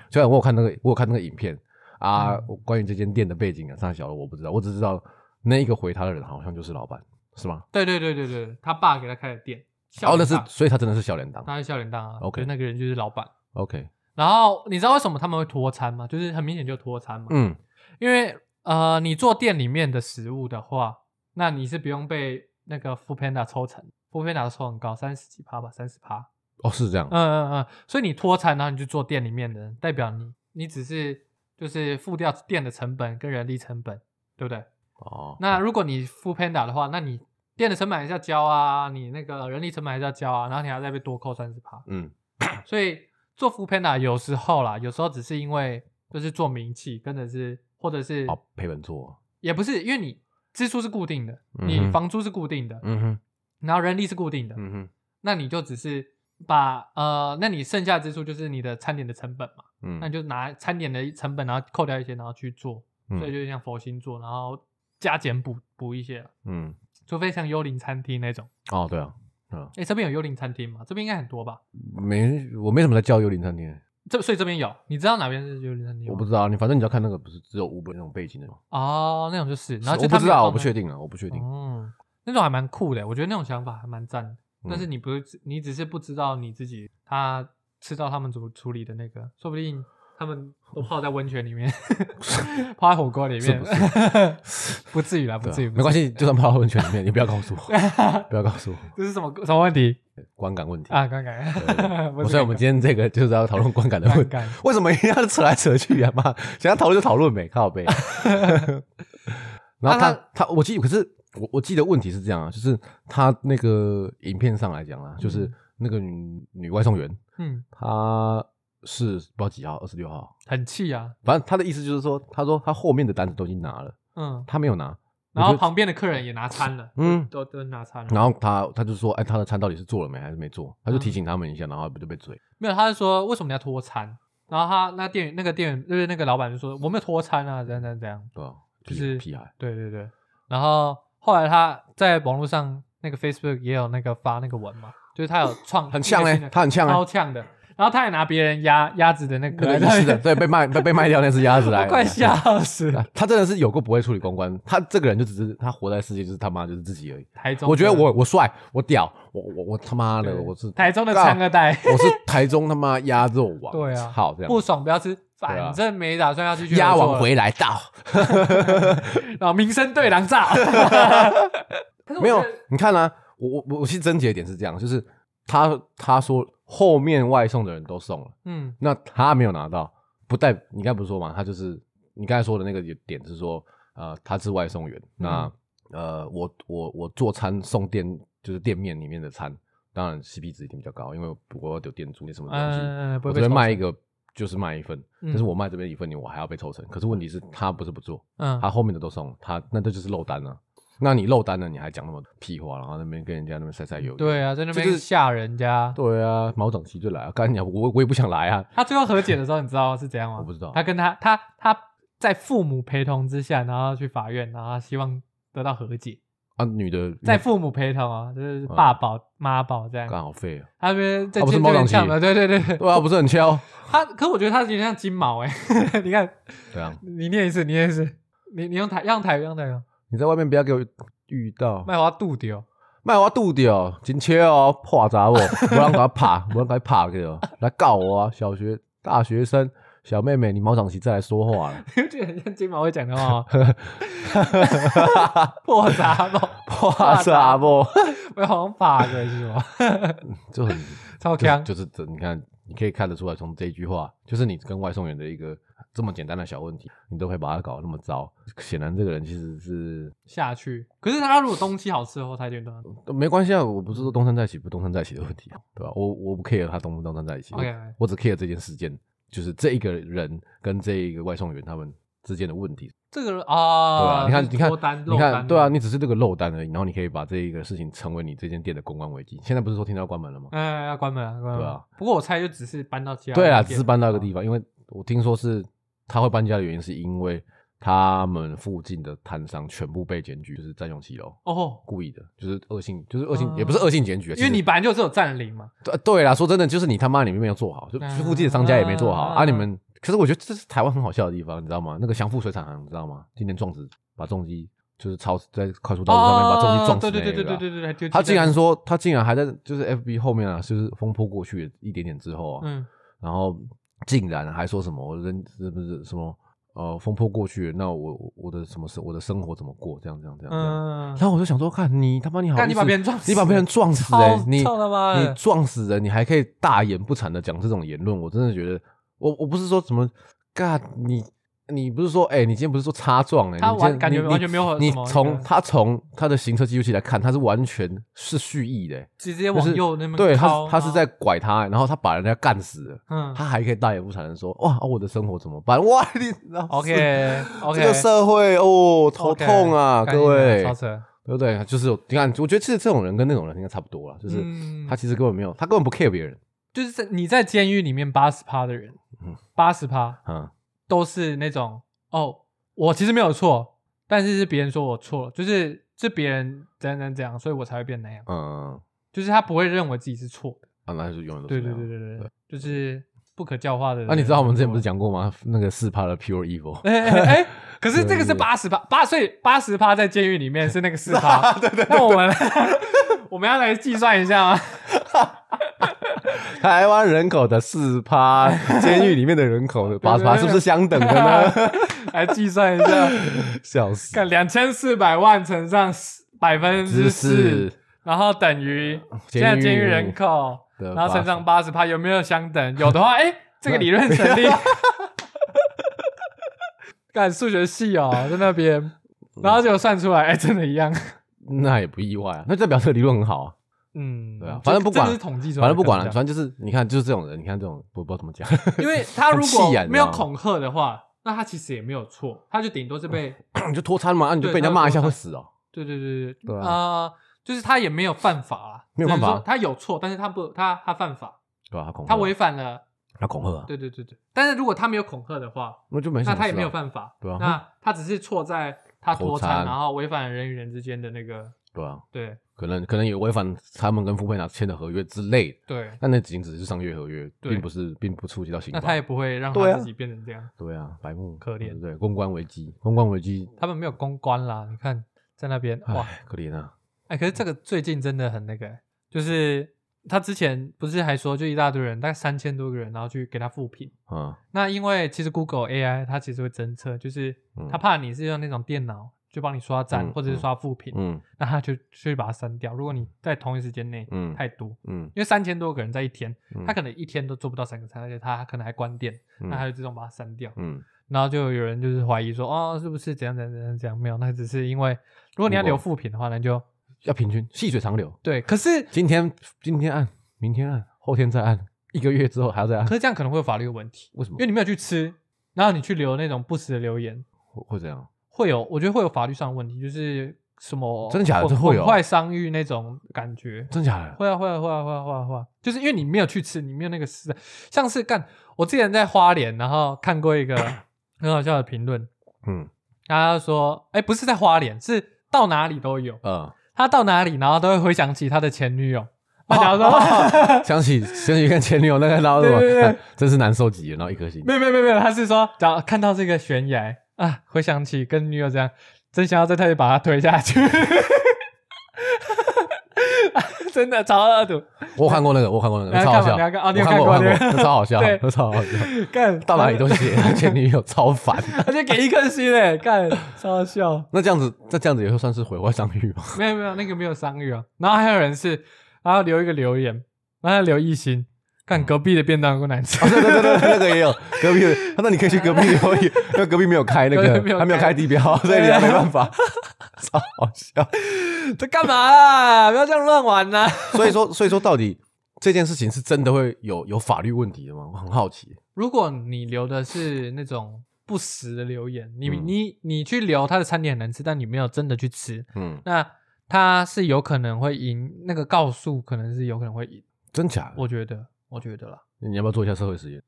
[SPEAKER 2] 虽然我有看那个，我有看那个影片啊，
[SPEAKER 1] 嗯
[SPEAKER 2] 我关于这间店的背景啊，上小的我不知道，我只知道那一个回他的人好像就是老板，是吗？
[SPEAKER 1] 对对对对对，他爸给他开的店，
[SPEAKER 2] 然
[SPEAKER 1] 笑
[SPEAKER 2] 哦后那
[SPEAKER 1] 脸
[SPEAKER 2] 是
[SPEAKER 1] 档，，
[SPEAKER 2] 所以他真的是笑脸档
[SPEAKER 1] 他是笑脸档啊。
[SPEAKER 2] OK
[SPEAKER 1] 就是那个人就是老板。
[SPEAKER 2] ，OK，
[SPEAKER 1] 然后你知道为什么他们会脱餐吗？就是很明显就脱餐嘛，
[SPEAKER 2] 嗯，
[SPEAKER 1] 因为呃，你做店里面的食物的话，那你是不用被那个 f o o Panda 抽成 f o o Panda 抽很高，三十几趴吧，三十趴。
[SPEAKER 2] 哦是这样，
[SPEAKER 1] 嗯嗯嗯，所以你脱产，然后你去做店里面的人，代表你你只是就是付掉店的成本跟人力成本，对不对？
[SPEAKER 2] 哦，
[SPEAKER 1] 那如果你付 Panda 的话，那你店的成本还是要交啊，你那个人力成本还是要交啊，然后你还要再被多扣三十趴。
[SPEAKER 2] 嗯
[SPEAKER 1] 所以做付 Panda 有时候啦，有时候只是因为就是做名气，跟着是或者是、
[SPEAKER 2] 哦赔本做，
[SPEAKER 1] 也不是，因为你支出是固定的，
[SPEAKER 2] 嗯
[SPEAKER 1] 你
[SPEAKER 2] 哼
[SPEAKER 1] 房租是固定的，
[SPEAKER 2] 嗯哼，
[SPEAKER 1] 然后人力是固定的，
[SPEAKER 2] 嗯哼，
[SPEAKER 1] 那你就只是把呃，那你剩下的支出就是你的餐点的成本嘛。那你
[SPEAKER 2] 嗯，
[SPEAKER 1] 就拿餐点的成本，然后扣掉一些，然后去做，
[SPEAKER 2] 嗯
[SPEAKER 1] 所以就像佛心做，然后加减补补一些，
[SPEAKER 2] 嗯，
[SPEAKER 1] 除非像幽灵餐厅那种。
[SPEAKER 2] 哦对啊，
[SPEAKER 1] 哎，这边有幽灵餐厅吗？这边应该很多吧？
[SPEAKER 2] 没我没什么在叫幽灵餐厅，
[SPEAKER 1] 这所以这边有，你知道哪边是日式餐厅吗？
[SPEAKER 2] 我不知道，你反正你要看那个不是只有 Uber 那种背景的吗，
[SPEAKER 1] 哦，那种就是，然后就
[SPEAKER 2] 我
[SPEAKER 1] 他
[SPEAKER 2] 不
[SPEAKER 1] 没
[SPEAKER 2] 知
[SPEAKER 1] 有
[SPEAKER 2] 道，
[SPEAKER 1] 放
[SPEAKER 2] 我不
[SPEAKER 1] 在
[SPEAKER 2] 确定啊，我不确定。
[SPEAKER 1] 嗯，那种还蛮酷的，我觉得那种想法还蛮赞的。但是
[SPEAKER 2] 嗯
[SPEAKER 1] 你不是，你只是不知道你自己他吃到他们怎么处理的那个，说不定他们都泡在温泉里面， 泡在火锅里
[SPEAKER 2] 是
[SPEAKER 1] 面
[SPEAKER 2] 不，
[SPEAKER 1] 不至于啦，不
[SPEAKER 2] 对啊
[SPEAKER 1] 至于，
[SPEAKER 2] 没关
[SPEAKER 1] 系。
[SPEAKER 2] 系，就算泡到温泉里面，你不要告诉我，不要告诉我
[SPEAKER 1] 这是什么什么问题
[SPEAKER 2] 观感问题。
[SPEAKER 1] 啊？刚刚， 不是
[SPEAKER 2] 所以我们今天这个就是要讨论观感的问
[SPEAKER 1] 观
[SPEAKER 2] 题
[SPEAKER 1] 感，
[SPEAKER 2] 为什么一定要扯来扯去啊？妈，想要讨论就讨论呗，靠背。然后他
[SPEAKER 1] 那
[SPEAKER 2] 他，我记，可是我我记得问题是这样啊，就是他那个影片上来讲啊，就是
[SPEAKER 1] 嗯
[SPEAKER 2] 那个女女外送员，
[SPEAKER 1] 嗯，
[SPEAKER 2] 她是不知道几号，二十六号，
[SPEAKER 1] 很气啊，
[SPEAKER 2] 反正他的意思就是说，他说他后面的单子都已经拿了，
[SPEAKER 1] 嗯，
[SPEAKER 2] 他没有拿，
[SPEAKER 1] 然
[SPEAKER 2] 我
[SPEAKER 1] 后
[SPEAKER 2] 就
[SPEAKER 1] 旁边的客人也拿餐了，
[SPEAKER 2] 嗯
[SPEAKER 1] 都都拿餐了，
[SPEAKER 2] 然后他他就说，哎，他的餐到底是做了没还是没做？他就提
[SPEAKER 1] 嗯
[SPEAKER 2] 醒他们一下，然后不就被追？
[SPEAKER 1] 没有，他是说为什么你要拖餐？然后他那店员那个店员就是那个老板就说我没有拖餐啊，怎样怎样怎样。
[SPEAKER 2] 对吧？
[SPEAKER 1] 就
[SPEAKER 2] 屁
[SPEAKER 1] 是
[SPEAKER 2] 屁孩，
[SPEAKER 1] 对对对，然后后来他在网络上那个 Facebook 也有那个发那个文嘛，就是他有创
[SPEAKER 2] 很呛
[SPEAKER 1] 哎
[SPEAKER 2] 哎，，他很呛
[SPEAKER 1] 超
[SPEAKER 2] 哎，
[SPEAKER 1] 呛的。然后他也拿别人鸭鸭子的那个
[SPEAKER 2] 那个是的，，对，被卖被被卖掉那只鸭子来
[SPEAKER 1] 我， 快笑死了
[SPEAKER 2] 啊。他真的是有过不会处理公关，他这个人就只是他活在世界就是他妈就是自己而已。
[SPEAKER 1] 台中的，
[SPEAKER 2] 我觉得我我帅，我屌，我我我他妈的
[SPEAKER 1] 对
[SPEAKER 2] 我是
[SPEAKER 1] 台中的三二代
[SPEAKER 2] 我是台中他妈鸭肉王，
[SPEAKER 1] 对啊
[SPEAKER 2] 好这样
[SPEAKER 1] 不爽不要吃，
[SPEAKER 2] 对啊
[SPEAKER 1] 反正没打算要去
[SPEAKER 2] 鸭王
[SPEAKER 1] 王，
[SPEAKER 2] 回 来到
[SPEAKER 1] 然后民生对狼照。可是我
[SPEAKER 2] 没有
[SPEAKER 1] 觉得？
[SPEAKER 2] 你看啊，我我我其实症结点是这样，就是他他说后面外送的人都送了，
[SPEAKER 1] 嗯
[SPEAKER 2] 那他没有拿到，不代你刚才不是说嘛，他就是你刚才说的那个点是说，呃，他是外送员，
[SPEAKER 1] 嗯
[SPEAKER 2] 那呃，我我我做餐送店就是店面里面的餐，当然 CP 值一定比较高，因为我有店租那什么东西，
[SPEAKER 1] 嗯，不
[SPEAKER 2] 我
[SPEAKER 1] 会被
[SPEAKER 2] 这边
[SPEAKER 1] 抽
[SPEAKER 2] 卖一
[SPEAKER 1] 成，
[SPEAKER 2] 个就是卖一份，
[SPEAKER 1] 嗯
[SPEAKER 2] 但是我卖这边一份，你我还要被抽成。可是问题是，他不是不做，
[SPEAKER 1] 嗯
[SPEAKER 2] 他后面的都送了，他那这就是漏单啊。那你漏单了，你还讲那么屁话，然后那边跟人家那边晒晒油，
[SPEAKER 1] 对啊，在那
[SPEAKER 2] 这
[SPEAKER 1] 边
[SPEAKER 2] 就是
[SPEAKER 1] 吓人家。
[SPEAKER 2] 对啊，毛长齐就来啊，干你啊，我我也不想来啊，
[SPEAKER 1] 他最后和解的时候，你知道是怎样吗？
[SPEAKER 2] 我不知道
[SPEAKER 1] 他跟他他他在父母陪同之下，然后去法院，然后他希望得到和解。
[SPEAKER 2] 啊，女的
[SPEAKER 1] 在父母陪同啊，就是爸宝妈宝这样。
[SPEAKER 2] 干好废啊，
[SPEAKER 1] 他那边在
[SPEAKER 2] 嗯啊不是
[SPEAKER 1] 就
[SPEAKER 2] 猫
[SPEAKER 1] 有点像
[SPEAKER 2] 长期
[SPEAKER 1] 的，对对对对。
[SPEAKER 2] 对啊，不是很敲，
[SPEAKER 1] 他可我觉得他有点像金毛哎、 你看，
[SPEAKER 2] 对啊，
[SPEAKER 1] 你念一次，你念一次，你你用台用台用台用，
[SPEAKER 2] 你在外面不要给我遇到，
[SPEAKER 1] 麦花度 丢，
[SPEAKER 2] 卖我肚子哦，真切哦，破杂我，我让他怕，我让他怕给我哦来告我啊，小学大学生小妹妹，你毛长齐再来说话了，
[SPEAKER 1] 你不觉得很像金毛会讲的话吗？哦 破杂 包，
[SPEAKER 2] 破杂哦我。
[SPEAKER 1] 我好像爬过去吗？
[SPEAKER 2] 就很
[SPEAKER 1] 超
[SPEAKER 2] 就
[SPEAKER 1] 强，
[SPEAKER 2] 就是这，你看，你可以看得出来，从这一句话，就是你跟外送员的一个这么简单的小问题，你都可以把它搞得那么糟。显然，这个人其实是
[SPEAKER 1] 下去。可是他如果东西好吃的话，他一定端。
[SPEAKER 2] 呃没关系啊，我不是说东山再起不东山再起的问题啊，对吧、我我不 care 他东不东山再起
[SPEAKER 1] OK，
[SPEAKER 2] 我我只 care 这件事件，就是这一个人跟这一个外送员他们之间的问题，
[SPEAKER 1] 这个人
[SPEAKER 2] 对吧、
[SPEAKER 1] 啊，
[SPEAKER 2] 你看，
[SPEAKER 1] 就是
[SPEAKER 2] 你看
[SPEAKER 1] 脱单，
[SPEAKER 2] 你
[SPEAKER 1] 漏单
[SPEAKER 2] 看，对啊，，你只是这个漏单而已，然后你可以把这一个事情成为你这间店的公关危机。现在不是说听到关门了吗？
[SPEAKER 1] 嗯，要关门了，关门了。
[SPEAKER 2] 对啊
[SPEAKER 1] 不过我猜就只是搬到其他，
[SPEAKER 2] 对啊，只是搬到一
[SPEAKER 1] 嗯
[SPEAKER 2] 个地。方，因为我听说是他会搬家的原因，是因为他们附近的摊商全部被检举，就是占用骑楼，
[SPEAKER 1] 哦，
[SPEAKER 2] 故意的，就是恶性，就是恶性，
[SPEAKER 1] 啊
[SPEAKER 2] 也不是恶性检举啊，
[SPEAKER 1] 因为
[SPEAKER 2] 其
[SPEAKER 1] 你
[SPEAKER 2] 实
[SPEAKER 1] 本来就是有占领嘛，
[SPEAKER 2] 对对啦，说真的，就是你他妈你们没有做好，就
[SPEAKER 1] 啊
[SPEAKER 2] 就附近的商家也没做好
[SPEAKER 1] 啊
[SPEAKER 2] 啊，你们。可是我觉得这是台湾很好笑的地方，你知道吗？那个祥富水产行，你知道吗？今年撞死把重机，就是超在快速道路上面把重机撞死
[SPEAKER 1] 哦
[SPEAKER 2] 那
[SPEAKER 1] 对对对对
[SPEAKER 2] 个啊。
[SPEAKER 1] 对对对，就
[SPEAKER 2] 他竟然说，他竟然还在就是 FB 后面啊，就是风波过去一点点之后啊，
[SPEAKER 1] 嗯，
[SPEAKER 2] 然后竟然还说什么我人是不是什么呃风波过去了，那我我我的什么生我的生活怎么过？这样这样这样这样。
[SPEAKER 1] 嗯，
[SPEAKER 2] 然后我就想说，看你他妈你好意思，
[SPEAKER 1] 干你把别人撞死
[SPEAKER 2] 你把别人撞死
[SPEAKER 1] 超
[SPEAKER 2] 哎、你
[SPEAKER 1] 操他妈的
[SPEAKER 2] 你撞死人，你还可以大言不惭的讲这种言论，我真的觉得，我我不是说什么，干你你不是说哎、你今天不是说擦撞哎、
[SPEAKER 1] 他
[SPEAKER 2] 你今天
[SPEAKER 1] 完感觉
[SPEAKER 2] 你
[SPEAKER 1] 完全没有
[SPEAKER 2] 你
[SPEAKER 1] 什么那
[SPEAKER 2] 从
[SPEAKER 1] 个
[SPEAKER 2] 他从他的行车记录器来看，他是完全是蓄意的、哎
[SPEAKER 1] 直接
[SPEAKER 2] 就
[SPEAKER 1] 往
[SPEAKER 2] 是
[SPEAKER 1] 右那边
[SPEAKER 2] 对他
[SPEAKER 1] 靠
[SPEAKER 2] 是他是
[SPEAKER 1] 然后
[SPEAKER 2] 在拐他、哎然后他把人家干死了。
[SPEAKER 1] 嗯
[SPEAKER 2] 他还可以大言不惭的说：“哇，啊我的生活怎么办？ 哇，你知道是
[SPEAKER 1] ，OK
[SPEAKER 2] 这
[SPEAKER 1] OK，
[SPEAKER 2] 个社会哦，头痛啊，
[SPEAKER 1] 嗯
[SPEAKER 2] 各位，
[SPEAKER 1] 超扯，
[SPEAKER 2] 对不对？就是有你看，我觉得其实这种人跟那种人应该差不多了，就是
[SPEAKER 1] 嗯
[SPEAKER 2] 他其实根本没有，他根本不 care 别人，
[SPEAKER 1] 就是在你在监狱里面八十趴的人
[SPEAKER 2] 嗯，
[SPEAKER 1] 八十趴
[SPEAKER 2] 嗯，
[SPEAKER 1] 都是那种哦，我其实没有错，但是是别人说我错了，就是是别人怎样怎样怎样，所以我才会变那样。
[SPEAKER 2] 嗯，
[SPEAKER 1] 就是他不会认为自己是错的。
[SPEAKER 2] 啊，那就永远都
[SPEAKER 1] 对
[SPEAKER 2] 是这
[SPEAKER 1] 对
[SPEAKER 2] 样
[SPEAKER 1] 对对对，就是不可教化的人。
[SPEAKER 2] 啊，你知道我们之前不是讲过吗？那个四趴的 pure evil，
[SPEAKER 1] 哎哎哎哎，可是这个是
[SPEAKER 2] 对
[SPEAKER 1] 八十趴，八所以八十趴在监狱里面是那个四趴。
[SPEAKER 2] 对对
[SPEAKER 1] 那我们 我们要来计算一下吗？
[SPEAKER 2] 台湾人口的四趴，监狱里面的人口的八
[SPEAKER 1] 对对
[SPEAKER 2] 十
[SPEAKER 1] 对
[SPEAKER 2] 趴，是不是相等的 呢？
[SPEAKER 1] 来计算一下，
[SPEAKER 2] 笑死，
[SPEAKER 1] 看两千四百万乘上百分之
[SPEAKER 2] 知
[SPEAKER 1] 四
[SPEAKER 2] 识，
[SPEAKER 1] 然后等于现在监狱人口，
[SPEAKER 2] 的
[SPEAKER 1] 然后乘上
[SPEAKER 2] 80%
[SPEAKER 1] 八十趴，有没有相等？有的 话，哎，这个理论成立。 干数学系哦，在那边，然后就算出来，哎，真的一样。
[SPEAKER 2] 那也不意外啊，那代表这个理论很好啊。
[SPEAKER 1] 嗯，
[SPEAKER 2] 对啊
[SPEAKER 1] 这
[SPEAKER 2] 反正不管
[SPEAKER 1] 这是统计出来的
[SPEAKER 2] 反正不管了，
[SPEAKER 1] 可能这样
[SPEAKER 2] 反正就是你看，就是这种人，你看这种，我不知道怎么讲，
[SPEAKER 1] 因为他如
[SPEAKER 2] 很
[SPEAKER 1] 果
[SPEAKER 2] 气呀你
[SPEAKER 1] 没
[SPEAKER 2] 知道
[SPEAKER 1] 有
[SPEAKER 2] 吗
[SPEAKER 1] 恐吓的话，那他其实也没有错，他就顶多是被
[SPEAKER 2] 你就脱餐嘛，啊你就被人家骂一下会死哦。
[SPEAKER 1] 对对对对
[SPEAKER 2] 对啊
[SPEAKER 1] 呃就是他也没有犯法啊，
[SPEAKER 2] 没有犯法
[SPEAKER 1] 只是说他有错，但是他不他他犯法，
[SPEAKER 2] 对吧？他恐吓，
[SPEAKER 1] 他违反了，
[SPEAKER 2] 他恐吓啊，
[SPEAKER 1] 对对对对。但是如果他没有恐吓的话，
[SPEAKER 2] 那就没什
[SPEAKER 1] 那
[SPEAKER 2] 么事啊
[SPEAKER 1] 他也没有犯法，
[SPEAKER 2] 对啊
[SPEAKER 1] 那他只是错在他脱
[SPEAKER 2] 脱
[SPEAKER 1] 餐，
[SPEAKER 2] 餐
[SPEAKER 1] 然后违反了人与人之间的那个，
[SPEAKER 2] 对啊，
[SPEAKER 1] 对
[SPEAKER 2] 可能可能有违反他们跟傅佩娜签的合约之类的，
[SPEAKER 1] 对，
[SPEAKER 2] 但那仅只是商业合约，
[SPEAKER 1] 对
[SPEAKER 2] 并不是并不触及到刑法。
[SPEAKER 1] 那他也不会让
[SPEAKER 2] 对
[SPEAKER 1] 他
[SPEAKER 2] 啊
[SPEAKER 1] 自己变成这样，
[SPEAKER 2] 对啊，白目
[SPEAKER 1] 可怜
[SPEAKER 2] 对不对，公关危机，公关危机，
[SPEAKER 1] 他们没有公关啦，你看在那边哇，
[SPEAKER 2] 唉，可怜啊，
[SPEAKER 1] 哎、可是这个最近真的很那个欸、就是他之前不是还说，就一大堆人，大概三千多个人，然后去给他复评。
[SPEAKER 2] 嗯，
[SPEAKER 1] 那因为其实 Google AI 它其实会侦测，就是
[SPEAKER 2] 嗯
[SPEAKER 1] 它怕你是用那种电脑就帮你刷赞、
[SPEAKER 2] 嗯
[SPEAKER 1] 或者是刷复评，
[SPEAKER 2] 嗯
[SPEAKER 1] 那它就去把它删掉。如果你在同一时间内
[SPEAKER 2] 嗯
[SPEAKER 1] 太多，
[SPEAKER 2] 嗯，
[SPEAKER 1] 因为三千多个人在一天，
[SPEAKER 2] 嗯
[SPEAKER 1] 他可能一天都做不到三个餐，而且他可能还关店，
[SPEAKER 2] 嗯
[SPEAKER 1] 那他就自动把它删掉。
[SPEAKER 2] 嗯，
[SPEAKER 1] 然后就有人就是怀疑说，哦，是不是怎样怎样怎样怎样？没有，那只是因为如果你要留
[SPEAKER 2] Google
[SPEAKER 1] 复评的话，那就
[SPEAKER 2] 要平均，细水长流。
[SPEAKER 1] 对。可是
[SPEAKER 2] 今天今天按，明天按，后天再按，一个月之后还要再按
[SPEAKER 1] 可，是这样可能会有法律问题，
[SPEAKER 2] 为什么
[SPEAKER 1] 因为？你没有去吃，然后你去留那种不实的留言，
[SPEAKER 2] 会会这样？
[SPEAKER 1] 会有，我觉得会有法律上的问题，就是什么
[SPEAKER 2] 真的假的
[SPEAKER 1] 毁
[SPEAKER 2] 这会有啊
[SPEAKER 1] 毁坏商誉那种感觉，
[SPEAKER 2] 真假的？
[SPEAKER 1] 会啊会啊会啊会啊会啊会啊，就是因为你没有去吃，你没有那个实在，像是干，我之前在花莲，然后看过 一个很好笑的评论，
[SPEAKER 2] 嗯
[SPEAKER 1] 他说，哎，不是在花莲，是到哪里都有，
[SPEAKER 2] 呃，
[SPEAKER 1] 他到哪里，然后都会回想起他的前女友，他假如
[SPEAKER 2] 哦
[SPEAKER 1] 说。
[SPEAKER 2] 想起想起跟前女友那个，然后什么
[SPEAKER 1] 对对对，
[SPEAKER 2] 真是难受极了，然后一颗星
[SPEAKER 1] 没。有没有没有没有，他是说，找看到这个悬崖啊，回想起跟女友这样，真想要再特别把她推下去。 真的超恶毒，
[SPEAKER 2] 我有看过那个，我有看过那
[SPEAKER 1] 你
[SPEAKER 2] 个，
[SPEAKER 1] 要
[SPEAKER 2] 超好
[SPEAKER 1] 看吗
[SPEAKER 2] 笑。
[SPEAKER 1] 你要看哦你
[SPEAKER 2] 我
[SPEAKER 1] 有
[SPEAKER 2] 看过，我
[SPEAKER 1] 看过
[SPEAKER 2] 看过，
[SPEAKER 1] 对
[SPEAKER 2] 那超好笑，
[SPEAKER 1] 对
[SPEAKER 2] 那超好笑。
[SPEAKER 1] 干
[SPEAKER 2] 到哪里都写前女友，超 烦。
[SPEAKER 1] 他就给一颗星嘞，干超好笑。
[SPEAKER 2] 那这样子，那这样子也会算是毁坏商誉吗？
[SPEAKER 1] 没有没有，那个没有伤愈啊。然后还有人是，然后留一个留言，然后留一星，看隔壁的便当有多难吃。
[SPEAKER 2] 哦对对对对，那个也有隔壁的。他说你可以去隔壁留言，因 为隔壁没有开那
[SPEAKER 1] 隔
[SPEAKER 2] 个
[SPEAKER 1] 壁没有，开
[SPEAKER 2] 他没有开地标，所以你还没办 法。超好笑。
[SPEAKER 1] 这 干嘛啊？不要这样乱玩呐、
[SPEAKER 2] 所以说，所以说到底这件事情是真的会有有法律问题的吗？我很好奇。
[SPEAKER 1] 如果你留的是那种不实的留言，你、
[SPEAKER 2] 嗯
[SPEAKER 1] 你你去留他的餐点很难吃，但你没有真的去吃，
[SPEAKER 2] 嗯，
[SPEAKER 1] 那他是有可能会赢，那个告诉可能是有可能会赢，
[SPEAKER 2] 真假的？
[SPEAKER 1] 我觉得，我觉得啦。
[SPEAKER 2] 你要不要做一下社会 实验？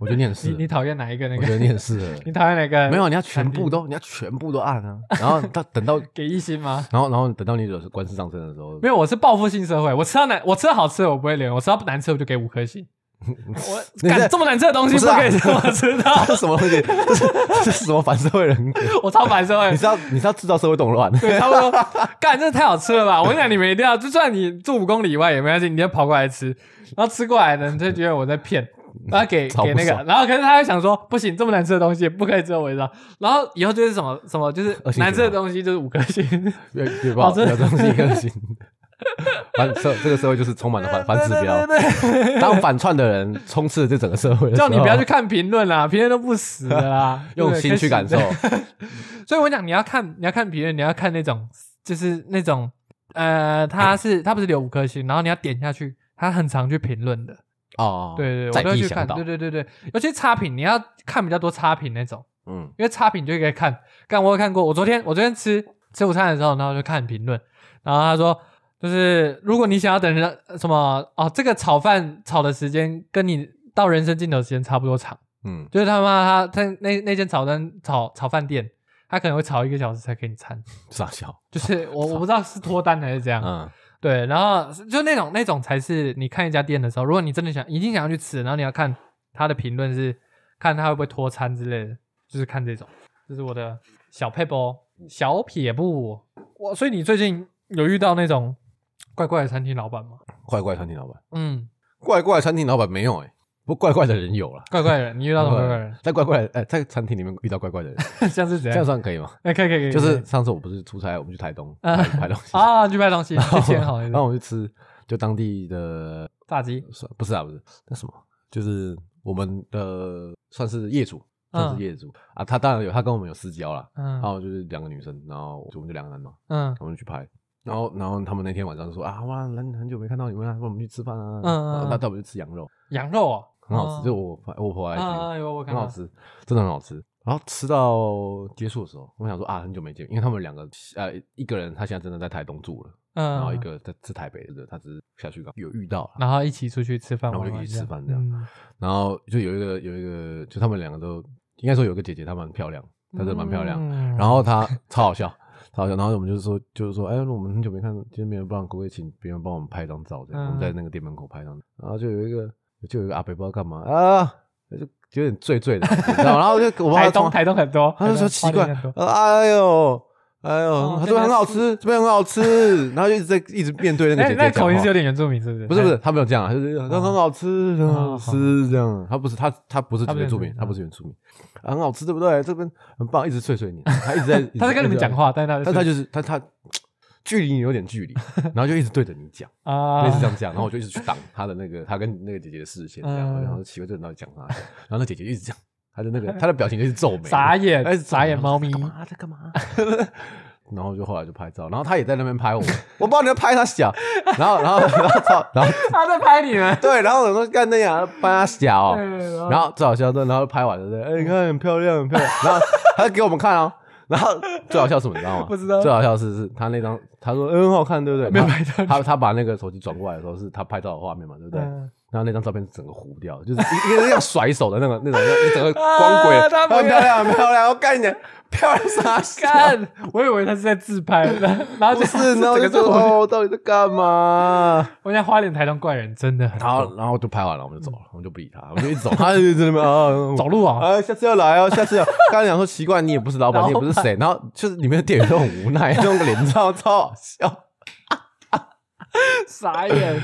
[SPEAKER 2] 我觉得你很适
[SPEAKER 1] 你
[SPEAKER 2] 合
[SPEAKER 1] 你，讨厌哪一个那
[SPEAKER 2] 我觉得你
[SPEAKER 1] 个？
[SPEAKER 2] 很适合。
[SPEAKER 1] 你讨厌哪个？
[SPEAKER 2] 没有，你要全部都，你要全部都 按啊。然后到等到，
[SPEAKER 1] 给一星吗？
[SPEAKER 2] 然后然后等到你惹官司上身的时候，
[SPEAKER 1] 没有，我是报复性社会。我吃到难，我吃到好吃的我不会留，我吃到不难吃我就给五颗星。我
[SPEAKER 2] 你
[SPEAKER 1] 干
[SPEAKER 2] 在
[SPEAKER 1] 这么难吃的东西
[SPEAKER 2] 不
[SPEAKER 1] 不
[SPEAKER 2] 是啊
[SPEAKER 1] 可以让我吃到，
[SPEAKER 2] 这是什么东西？这是这是什么反社会人格？
[SPEAKER 1] 我超反社会
[SPEAKER 2] 你。是要你是要制造社会动乱？
[SPEAKER 1] 对，差不多。干，这太好吃了吧！我跟你讲，你们一定要，就算你住五公里以外也没关系，你要跑过来吃，然后吃过来的人就觉得我在骗，然后给
[SPEAKER 2] 超不
[SPEAKER 1] 给那个，
[SPEAKER 2] 爽
[SPEAKER 1] 然后可是他会想说，不行，这么难吃的东西不可以只有我一张，然后以后就是什么什么，就是
[SPEAKER 2] 恶性循环
[SPEAKER 1] 难吃的东西就是五颗星，
[SPEAKER 2] 越越不好，
[SPEAKER 1] 哦真的
[SPEAKER 2] 越东西更新。反社这个社会就是充满了 反反指标。
[SPEAKER 1] 对 对对对
[SPEAKER 2] 当反串的人充斥了这整个社会的时
[SPEAKER 1] 叫
[SPEAKER 2] 候，，
[SPEAKER 1] 你不要去看评论啊啦，评论都不死的啦
[SPEAKER 2] 用心去感受
[SPEAKER 1] 对。可以死的所以我讲，你要看，你要看评论，你要看那种，就是那种，呃，他是他不是留五颗星，然后你要点下去，他很常去评论的，
[SPEAKER 2] 哦，
[SPEAKER 1] 对对，我
[SPEAKER 2] 在
[SPEAKER 1] 都会
[SPEAKER 2] 地
[SPEAKER 1] 去
[SPEAKER 2] 向
[SPEAKER 1] 看，
[SPEAKER 2] 导
[SPEAKER 1] 对，对对对，尤其差评，你要看比较多差评那种，
[SPEAKER 2] 嗯，
[SPEAKER 1] 因为差评就可以看。看我有看过，我昨天我昨天吃吃午餐的时候，然后就看评论，然后他说就是如果你想要等人呃什么哦，这个炒饭炒的时间跟你到人生尽头时间差不多长，
[SPEAKER 2] 嗯，
[SPEAKER 1] 就是他妈他他那那间炒饭炒炒饭店，他可能会炒一个小时才给你餐，
[SPEAKER 2] 傻笑，
[SPEAKER 1] 就是我我不知道是脱单还是怎样，
[SPEAKER 2] 嗯
[SPEAKER 1] 对，然后就那种那种才是你看一家店的时候，如果你真的想已经想要去吃，然后你要看他的评论是看他会不会脱餐之类的，就是看这种。这是我的小 p a 小撇步。哇，所以你最近有遇到那种怪怪的餐厅老板吗？
[SPEAKER 2] 怪怪餐厅老板，
[SPEAKER 1] 嗯，
[SPEAKER 2] 怪怪餐厅老板没有哎、不过怪怪的人有了。
[SPEAKER 1] 怪怪的人，你遇到什么怪怪的
[SPEAKER 2] 在怪怪的哎，在餐厅里面遇到 怪怪的人，
[SPEAKER 1] 人？像是怎
[SPEAKER 2] 这样
[SPEAKER 1] 样？
[SPEAKER 2] 算可以吗？
[SPEAKER 1] 哎，可以可以可以，
[SPEAKER 2] 就是
[SPEAKER 1] 可
[SPEAKER 2] 上次我不是出差，我们去台东
[SPEAKER 1] 嗯
[SPEAKER 2] 拍拍东
[SPEAKER 1] 以
[SPEAKER 2] 西，
[SPEAKER 1] 啊，去拍东西，
[SPEAKER 2] 然后
[SPEAKER 1] 之前好像
[SPEAKER 2] 然后我们去吃就当地的
[SPEAKER 1] 炸鸡，
[SPEAKER 2] 算不是啊，不是那什么，就是我们的算是业主，
[SPEAKER 1] 嗯
[SPEAKER 2] 算是业主、啊。他当然有，他跟我们有私交啦。
[SPEAKER 1] 嗯
[SPEAKER 2] 然后就是两个女生，然后我们就两个男嘛，
[SPEAKER 1] 嗯
[SPEAKER 2] 我们去拍。然后，然后他们那天晚上就说啊，哇，很很久没看到你们了，那我们去吃饭啊。
[SPEAKER 1] 嗯嗯
[SPEAKER 2] 然后
[SPEAKER 1] 嗯
[SPEAKER 2] 他带我们去吃羊肉，
[SPEAKER 1] 羊肉啊，
[SPEAKER 2] 很好吃，
[SPEAKER 1] 哦
[SPEAKER 2] 就我我婆来
[SPEAKER 1] 啊啊，
[SPEAKER 2] 吃，
[SPEAKER 1] 啊有我看
[SPEAKER 2] 很
[SPEAKER 1] 到
[SPEAKER 2] 好，吃，真的很好吃。然后吃到结束的时候，我想说啊，很久没见，因为他们两个呃，一个人他现在真的在台东住了，
[SPEAKER 1] 嗯，
[SPEAKER 2] 然后一个在是台北的，他只是下去刚有遇到啦，
[SPEAKER 1] 然后一起出去吃饭，
[SPEAKER 2] 然后
[SPEAKER 1] 玩
[SPEAKER 2] 就
[SPEAKER 1] 玩
[SPEAKER 2] 一起
[SPEAKER 1] 这
[SPEAKER 2] 吃
[SPEAKER 1] 样
[SPEAKER 2] 饭这样
[SPEAKER 1] 嗯
[SPEAKER 2] 然后就有一个有一个，就他们两个都应该说有一个姐姐，她蛮漂亮，她真的蛮漂亮。
[SPEAKER 1] 嗯
[SPEAKER 2] 然后她超好笑，超好笑。然后我们就是说，就是说，哎，我们很久没看见面，不然可不可以请别人帮我们拍张照？这样、
[SPEAKER 1] 嗯
[SPEAKER 2] 我们在那个店门口拍张照。然后就有一个，就有一个阿伯不知道干嘛啊，就有点醉醉的，你知道吗？然后就我把
[SPEAKER 1] 台
[SPEAKER 2] 他啊
[SPEAKER 1] 东
[SPEAKER 2] 从
[SPEAKER 1] 台东很多，
[SPEAKER 2] 他就说奇
[SPEAKER 1] 台
[SPEAKER 2] 怪
[SPEAKER 1] 东花莲很，多
[SPEAKER 2] 呃哎呦。哎
[SPEAKER 1] 哦
[SPEAKER 2] 呦，他这边很好吃，这边很好吃，然后就一直在一直面对那个
[SPEAKER 1] 哎
[SPEAKER 2] 姐姐讲话。
[SPEAKER 1] 那口音是有点原住民，是不是？哎
[SPEAKER 2] 不是不是，他没有这样啊，就是很很好吃，很好
[SPEAKER 1] 哦
[SPEAKER 2] 吃这样。他不是他他不是
[SPEAKER 1] 他不是
[SPEAKER 2] 原住民
[SPEAKER 1] 原住，民，
[SPEAKER 2] 他不是原住民，很好吃对不对？这边很棒，一直碎碎念，他一直在
[SPEAKER 1] 他在跟你们讲话，但
[SPEAKER 2] 一
[SPEAKER 1] 他
[SPEAKER 2] 直在，但他就是他他距离你有点距离，然后就一直对着 你讲，
[SPEAKER 1] 啊，
[SPEAKER 2] 类似这样讲，然后我就一直去挡他的那个他跟那个姐姐的视线，这样，
[SPEAKER 1] 嗯
[SPEAKER 2] 然后奇怪这人到底讲啥？然后那姐姐一直讲，她的那个她的表情就是皱眉，
[SPEAKER 1] 傻眼
[SPEAKER 2] 哎，
[SPEAKER 1] 傻眼猫咪
[SPEAKER 2] 干嘛在干嘛？然后就后来就拍照，然后他也在那边拍我， 我不知道你在拍他小，然后然后然后操，然后
[SPEAKER 1] 他在拍你们。哎
[SPEAKER 2] 对，然后我说干那样，拍他小，哦
[SPEAKER 1] 然
[SPEAKER 2] 然后最好笑的，然后拍完了，对，哎、你看很漂亮，很漂亮，然后他就给我们看哦，然后最好笑什么，你知道吗？
[SPEAKER 1] 不知道
[SPEAKER 2] 最好笑是是他那张，他说、嗯很好看，对不对？
[SPEAKER 1] 没有
[SPEAKER 2] 他
[SPEAKER 1] 拍到
[SPEAKER 2] 他他把那个手机转过来的时候，是他拍到的画面嘛，对不对？
[SPEAKER 1] 嗯
[SPEAKER 2] 然后那张照片是整个糊掉，就是一一个人要甩手的那个那种，一整个光 轨，
[SPEAKER 1] 啊他不
[SPEAKER 2] 很漂
[SPEAKER 1] 要
[SPEAKER 2] 亮，很漂亮，我干你娘，漂亮啥小？
[SPEAKER 1] 干，我以为他是在自 拍，然后
[SPEAKER 2] 不，
[SPEAKER 1] 就是
[SPEAKER 2] 然 后
[SPEAKER 1] 整个
[SPEAKER 2] 就说
[SPEAKER 1] 我
[SPEAKER 2] 哦，到底在干 嘛？
[SPEAKER 1] 我现在花脸台东怪人真的很
[SPEAKER 2] 然后
[SPEAKER 1] 多，
[SPEAKER 2] 然后就拍完了，我们就走了，我们就不理他，我们就一 直走，他就一直在那边啊，
[SPEAKER 1] 走路 啊，
[SPEAKER 2] 啊，下次要来哦，下次要。刚才讲说奇怪，你也不是老板，
[SPEAKER 1] 老
[SPEAKER 2] 你也不是谁，然后就是里面的店员都很无奈，那种脸超超好笑。
[SPEAKER 1] 傻眼。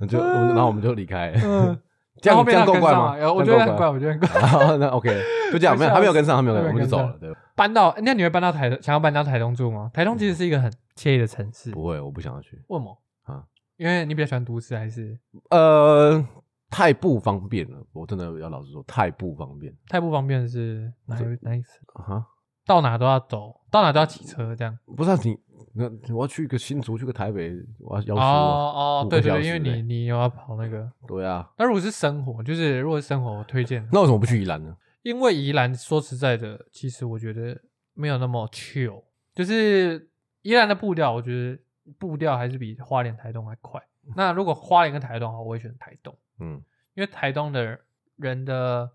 [SPEAKER 2] 我 就我们然后我们就离开，
[SPEAKER 1] 嗯，
[SPEAKER 2] 这样
[SPEAKER 1] 后面
[SPEAKER 2] 这样
[SPEAKER 1] 他
[SPEAKER 2] 够
[SPEAKER 1] 跟
[SPEAKER 2] 怪
[SPEAKER 1] 上
[SPEAKER 2] 吗
[SPEAKER 1] 来？呃我
[SPEAKER 2] 这
[SPEAKER 1] 觉得
[SPEAKER 2] 样够
[SPEAKER 1] 很怪，我觉得很怪。
[SPEAKER 2] 然后那 OK，就这样， 没有，他没有跟上，他没有跟上，
[SPEAKER 1] 他没有
[SPEAKER 2] 我们就
[SPEAKER 1] 跟
[SPEAKER 2] 走
[SPEAKER 1] 上
[SPEAKER 2] 了。对，
[SPEAKER 1] 搬到那你会搬到台，想要搬到台东住吗？台东其实是一个很惬意的城市，
[SPEAKER 2] 不会，我不想要去。
[SPEAKER 1] 为什么？
[SPEAKER 2] 啊
[SPEAKER 1] 因为你比较喜欢都市还是
[SPEAKER 2] 呃，太不方便了，我真的要老实说，太不方便
[SPEAKER 1] 太不方便的是哪一哪一次？
[SPEAKER 2] 啊！
[SPEAKER 1] 到哪都要走，到哪都要骑车这样。
[SPEAKER 2] 不是啊你，那我要去个新竹，去个台北，我要要求我。
[SPEAKER 1] 哦哦
[SPEAKER 2] 五，个
[SPEAKER 1] 对对
[SPEAKER 2] 小
[SPEAKER 1] 对，
[SPEAKER 2] 时欸
[SPEAKER 1] 因为你
[SPEAKER 2] 嘞
[SPEAKER 1] 你又要跑那个。
[SPEAKER 2] 对啊，
[SPEAKER 1] 那如果是生活，就是如果是生活，我推荐，
[SPEAKER 2] 那为什么不去宜兰呢？
[SPEAKER 1] 因为宜兰说实在的，其实我觉得没有那么 chill，就是宜兰的步调，我觉得步调还是比花莲、台东还快。那如果花莲跟台东的话，我会选台东，
[SPEAKER 2] 嗯，
[SPEAKER 1] 因为台东的人的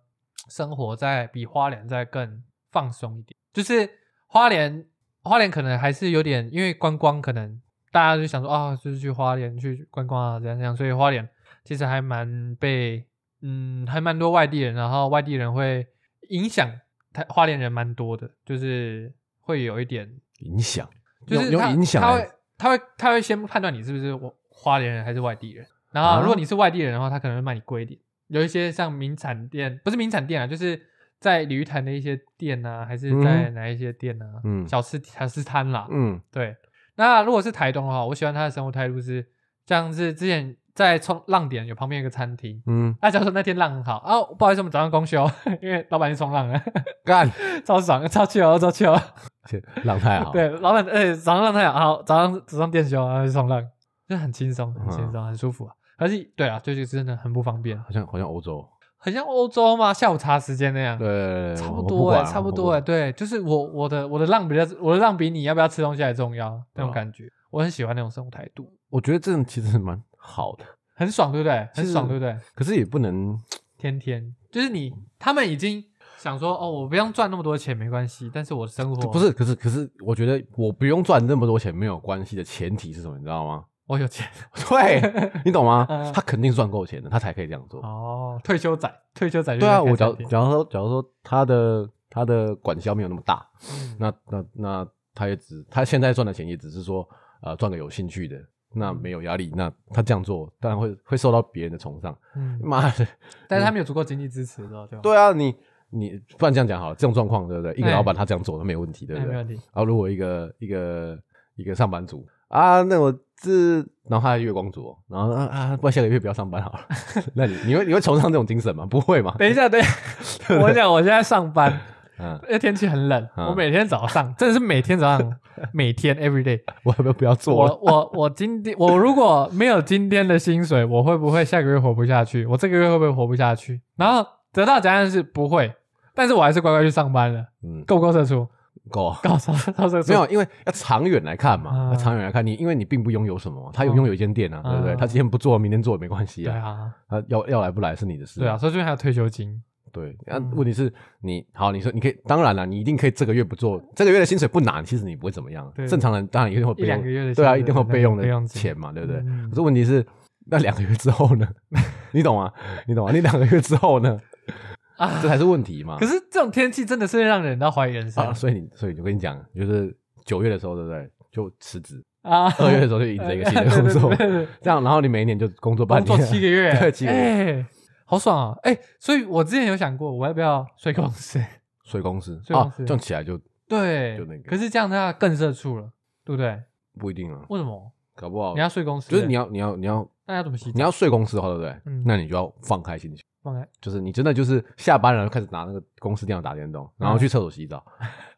[SPEAKER 1] 生活在比花莲在更放松一点，就是花莲花莲可能还是有点，因为观光可能大家就想说啊、就是去花莲去观光啊，怎样怎样，所以花莲其实还蛮被嗯，还蛮多外地人，然后外地人会影响台花莲人蛮多的，就是会有一点，
[SPEAKER 2] 影响，
[SPEAKER 1] 就是
[SPEAKER 2] 用
[SPEAKER 1] 他
[SPEAKER 2] 用影响欸
[SPEAKER 1] 他
[SPEAKER 2] 来
[SPEAKER 1] 会他会他会先判断你是不是我花莲人还是外地人，然后
[SPEAKER 2] 啊
[SPEAKER 1] 如果你是外地人的话，他可能会卖你贵一点。有一些像名产店，不是名产店啊，就是在鲤鱼潭的一些店啊，还是在
[SPEAKER 2] 嗯
[SPEAKER 1] 哪一些店啊，
[SPEAKER 2] 嗯
[SPEAKER 1] 小吃小吃摊啦，
[SPEAKER 2] 嗯
[SPEAKER 1] 对，那如果是台东的话，我喜欢它的生活态度是，像是之前在冲浪点有旁边有个餐厅，啊
[SPEAKER 2] 嗯，
[SPEAKER 1] 那假如说那天浪很好啊，不好意思，我们早上公休， 因为老板去冲浪了，
[SPEAKER 2] 干，
[SPEAKER 1] 超爽，超气哦，超气哦。
[SPEAKER 2] 浪太好，
[SPEAKER 1] 对，老板，哎、早上浪太阳好，早上早上店休，然后去冲浪，啊就很轻
[SPEAKER 2] 嗯
[SPEAKER 1] 松，很轻松，很舒服啊。可是，对啊，就是真的很不方便，
[SPEAKER 2] 好像好像欧洲，
[SPEAKER 1] 很像欧洲嘛，下午茶时间那样。
[SPEAKER 2] 对。对，对
[SPEAKER 1] 差不
[SPEAKER 2] 我我
[SPEAKER 1] 多哎、
[SPEAKER 2] 管啊
[SPEAKER 1] 差不
[SPEAKER 2] 我
[SPEAKER 1] 多哎、
[SPEAKER 2] 管
[SPEAKER 1] 对，就是我我的我的浪比较，我的浪比你要不要吃东西还重要那种
[SPEAKER 2] 嗯
[SPEAKER 1] 感觉，我很喜欢那种生活态度。
[SPEAKER 2] 我觉得这种其实蛮好的，
[SPEAKER 1] 很爽，对不对？
[SPEAKER 2] 其
[SPEAKER 1] 很
[SPEAKER 2] 实
[SPEAKER 1] 爽，对不对？
[SPEAKER 2] 可是也不能，
[SPEAKER 1] 天天就是你，他们已经想说，哦，我不用赚那么多钱没关系，但是我的生活
[SPEAKER 2] 不是，可是可是，我觉得我不用赚那么多钱没有关系的前提是什么，你知道吗？
[SPEAKER 1] 我有钱
[SPEAKER 2] 对， 你懂吗
[SPEAKER 1] 嗯？
[SPEAKER 2] 他肯定赚够钱的，他才可以这样做。
[SPEAKER 1] 哦，退休仔，退休仔就
[SPEAKER 2] 对啊，
[SPEAKER 1] 应该开
[SPEAKER 2] 我假
[SPEAKER 1] 餐
[SPEAKER 2] 如
[SPEAKER 1] 厅
[SPEAKER 2] 假如说假如说他的他的管销没有那么大，
[SPEAKER 1] 嗯
[SPEAKER 2] 那那那他也只他现在赚的钱也只是说呃赚个有兴趣的，那没有压力，那他这样做当然会会受到别人的崇尚。
[SPEAKER 1] 嗯，
[SPEAKER 2] 妈的，
[SPEAKER 1] 但是他没有足够经济支持的，对吧？
[SPEAKER 2] 对啊，你你不然这样讲好了，这种状况对不对？一个
[SPEAKER 1] 哎
[SPEAKER 2] 老板他这样做，那没有问题，对
[SPEAKER 1] 哎
[SPEAKER 2] 不对？
[SPEAKER 1] 没
[SPEAKER 2] 然
[SPEAKER 1] 问题。
[SPEAKER 2] 后如果一个一个一个上班族啊，那我这然后他还月光族哦，然后啊啊，不然下个月不要上班好了。 那你你会你会崇尚这种精神吗？不会嘛？
[SPEAKER 1] 等一下，等一 下，我讲我现在上 班，
[SPEAKER 2] 嗯，
[SPEAKER 1] 因为天气很冷，
[SPEAKER 2] 嗯
[SPEAKER 1] 我每天早 上真的是每天早上，每天 every day，
[SPEAKER 2] 我要不要不要做
[SPEAKER 1] 我
[SPEAKER 2] 了？
[SPEAKER 1] 我我今天我如果没有今天的薪水，我会不会下个月活不下去？我这个月会不会活不下去？然后得到答案是不会，但是我还是乖乖去上班了，
[SPEAKER 2] 嗯，
[SPEAKER 1] 够不够社畜？
[SPEAKER 2] 够。
[SPEAKER 1] 够社够社畜？
[SPEAKER 2] 没有，因为要长远来看嘛，
[SPEAKER 1] 啊
[SPEAKER 2] 要长远来看，你因为你并不拥有什么，他有
[SPEAKER 1] 嗯
[SPEAKER 2] 拥有一间店啊，对不对？
[SPEAKER 1] 啊
[SPEAKER 2] 他今天不做，明天做也没关系
[SPEAKER 1] 对
[SPEAKER 2] 啊，
[SPEAKER 1] 啊，
[SPEAKER 2] 他要要来不来是你的事，
[SPEAKER 1] 对啊，，所以就还有退休金，
[SPEAKER 2] 对。那
[SPEAKER 1] 嗯
[SPEAKER 2] 问题是你好，你说你可以，当然了，你一定可以这个月不做，这个月的薪水不拿，其实你不会怎么样
[SPEAKER 1] 对，
[SPEAKER 2] 正常人当然一定会有备
[SPEAKER 1] 一两
[SPEAKER 2] 用
[SPEAKER 1] 个月的薪水
[SPEAKER 2] 对啊，一定会有
[SPEAKER 1] 对
[SPEAKER 2] 备用
[SPEAKER 1] 备用
[SPEAKER 2] 的
[SPEAKER 1] 金
[SPEAKER 2] 钱嘛，对不对
[SPEAKER 1] 嗯？
[SPEAKER 2] 可是问题是那两个月之后呢？ 你懂吗？你懂吗？你两个月之后呢？
[SPEAKER 1] 啊
[SPEAKER 2] 这才是问题嘛
[SPEAKER 1] 可。是这种天气真的是让人到怀疑人生
[SPEAKER 2] 啊，所以你，所以我跟你讲，就是九月的时候，对不对？就辞职，
[SPEAKER 1] 啊！
[SPEAKER 2] 二月的时候就迎着一个新的工作
[SPEAKER 1] 对，对对对
[SPEAKER 2] 这样，然后你每一年就工作半
[SPEAKER 1] 工
[SPEAKER 2] 年，
[SPEAKER 1] 作七个月，
[SPEAKER 2] 对，七个月，
[SPEAKER 1] 哎好爽啊！哎，所以我之前有想过，我要不要睡公 司？
[SPEAKER 2] 所以公司
[SPEAKER 1] 所以公
[SPEAKER 2] 啊，
[SPEAKER 1] 司
[SPEAKER 2] 这样起来就
[SPEAKER 1] 对，
[SPEAKER 2] 就那个
[SPEAKER 1] 可是这样的话更社畜了，对不对？
[SPEAKER 2] 不一定了，
[SPEAKER 1] 为什么？
[SPEAKER 2] 搞不好
[SPEAKER 1] 你要睡公司，
[SPEAKER 2] 哦就是你
[SPEAKER 1] 要，
[SPEAKER 2] 要你要你要
[SPEAKER 1] 那要怎么洗澡？
[SPEAKER 2] 你要睡公司的话，对不对
[SPEAKER 1] 嗯？
[SPEAKER 2] 那你就要放开心情，
[SPEAKER 1] 放开，
[SPEAKER 2] 就是你真的就是下班了就开始拿那个公司电脑打电动，
[SPEAKER 1] 嗯
[SPEAKER 2] 然后去厕所洗澡，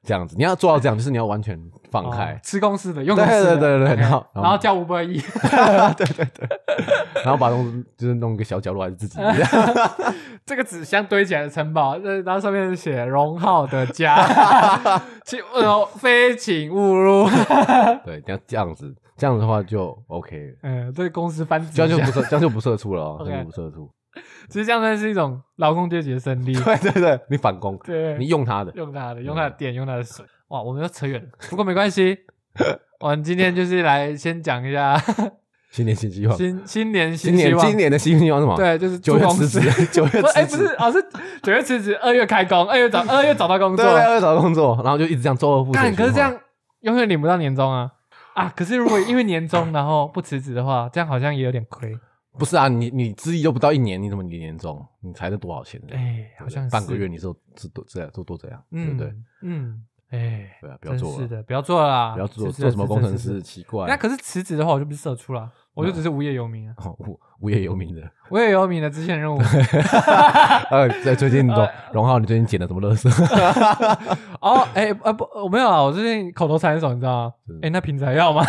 [SPEAKER 2] 这样子，你要做到这样，就是你要完全放
[SPEAKER 1] 哦
[SPEAKER 2] 开，
[SPEAKER 1] 吃公司的，用公司的，
[SPEAKER 2] 对对对对对
[SPEAKER 1] OK
[SPEAKER 2] 然后
[SPEAKER 1] 然后叫五百亿，
[SPEAKER 2] 对对对，然后把东就是弄一个小角落还是 自己，
[SPEAKER 1] 这个纸箱堆起来的城堡，呃然后上面写荣浩的 家，请呃非请勿入，
[SPEAKER 2] 对，你要这样子，这样子的话就 OK，了
[SPEAKER 1] 嗯，这个公司翻
[SPEAKER 2] 这
[SPEAKER 1] 纸
[SPEAKER 2] 样就
[SPEAKER 1] 箱
[SPEAKER 2] 不，社这样就不社畜了哦，
[SPEAKER 1] OK
[SPEAKER 2] 这样就不社畜，
[SPEAKER 1] 其实这样算是一种劳工阶级的 胜利，
[SPEAKER 2] 对对对，你反攻，
[SPEAKER 1] 对，
[SPEAKER 2] 你用他的，
[SPEAKER 1] 用它的，用
[SPEAKER 2] 嗯
[SPEAKER 1] 它的电，用它的水。哇，我们又扯远了，不过没关系。我们今天就是来先讲一下
[SPEAKER 2] 新年新希望，
[SPEAKER 1] 新新年
[SPEAKER 2] 今
[SPEAKER 1] 新希
[SPEAKER 2] 年
[SPEAKER 1] 望
[SPEAKER 2] 今，年的新希望是什么？，
[SPEAKER 1] 对，就是
[SPEAKER 2] 九
[SPEAKER 1] 住
[SPEAKER 2] 月
[SPEAKER 1] 公
[SPEAKER 2] 辞
[SPEAKER 1] 司
[SPEAKER 2] 职，，九月
[SPEAKER 1] 不是，哎，
[SPEAKER 2] 辞
[SPEAKER 1] 不
[SPEAKER 2] 职，
[SPEAKER 1] 是，哦，是九月辞职，二月开工，二月找二月找到工
[SPEAKER 2] 对
[SPEAKER 1] 作。
[SPEAKER 2] 对，要找到工作，然后就一直这样周而复始
[SPEAKER 1] 干，
[SPEAKER 2] 循环。
[SPEAKER 1] 可是这样永远领不到年终啊啊！可是如果因为年终然后不辞职的话，这样好像也有点亏。
[SPEAKER 2] 不是啊？你你资历又不到一年，你怎么领年终？你才是多少钱？对
[SPEAKER 1] 哎，
[SPEAKER 2] 不
[SPEAKER 1] 好
[SPEAKER 2] 对
[SPEAKER 1] 像是
[SPEAKER 2] 半个月，，你是是多这样做多这样，对
[SPEAKER 1] 嗯，
[SPEAKER 2] 不对？，
[SPEAKER 1] 嗯，哎，
[SPEAKER 2] 对啊，不要
[SPEAKER 1] 真
[SPEAKER 2] 做
[SPEAKER 1] 是
[SPEAKER 2] 了，
[SPEAKER 1] 的，不要做了啦，
[SPEAKER 2] 不要做
[SPEAKER 1] 辞职
[SPEAKER 2] 做
[SPEAKER 1] 了
[SPEAKER 2] 什么
[SPEAKER 1] 辞职
[SPEAKER 2] 工程
[SPEAKER 1] 辞职
[SPEAKER 2] 师，嗯奇怪
[SPEAKER 1] 那。可是辞职的话，我就不是社畜啦，我就只是无业游民啊，
[SPEAKER 2] 哦无无业游 民的，
[SPEAKER 1] 无业游民的支线任务。
[SPEAKER 2] 呃，在最近荣
[SPEAKER 1] 呃
[SPEAKER 2] 荣浩，你最近捡了什么乐色？
[SPEAKER 1] 哦，哎、呃不，我没有啊，我最近口头禅是什么，你知道吗
[SPEAKER 2] 是？
[SPEAKER 1] 哎、那瓶子还要吗？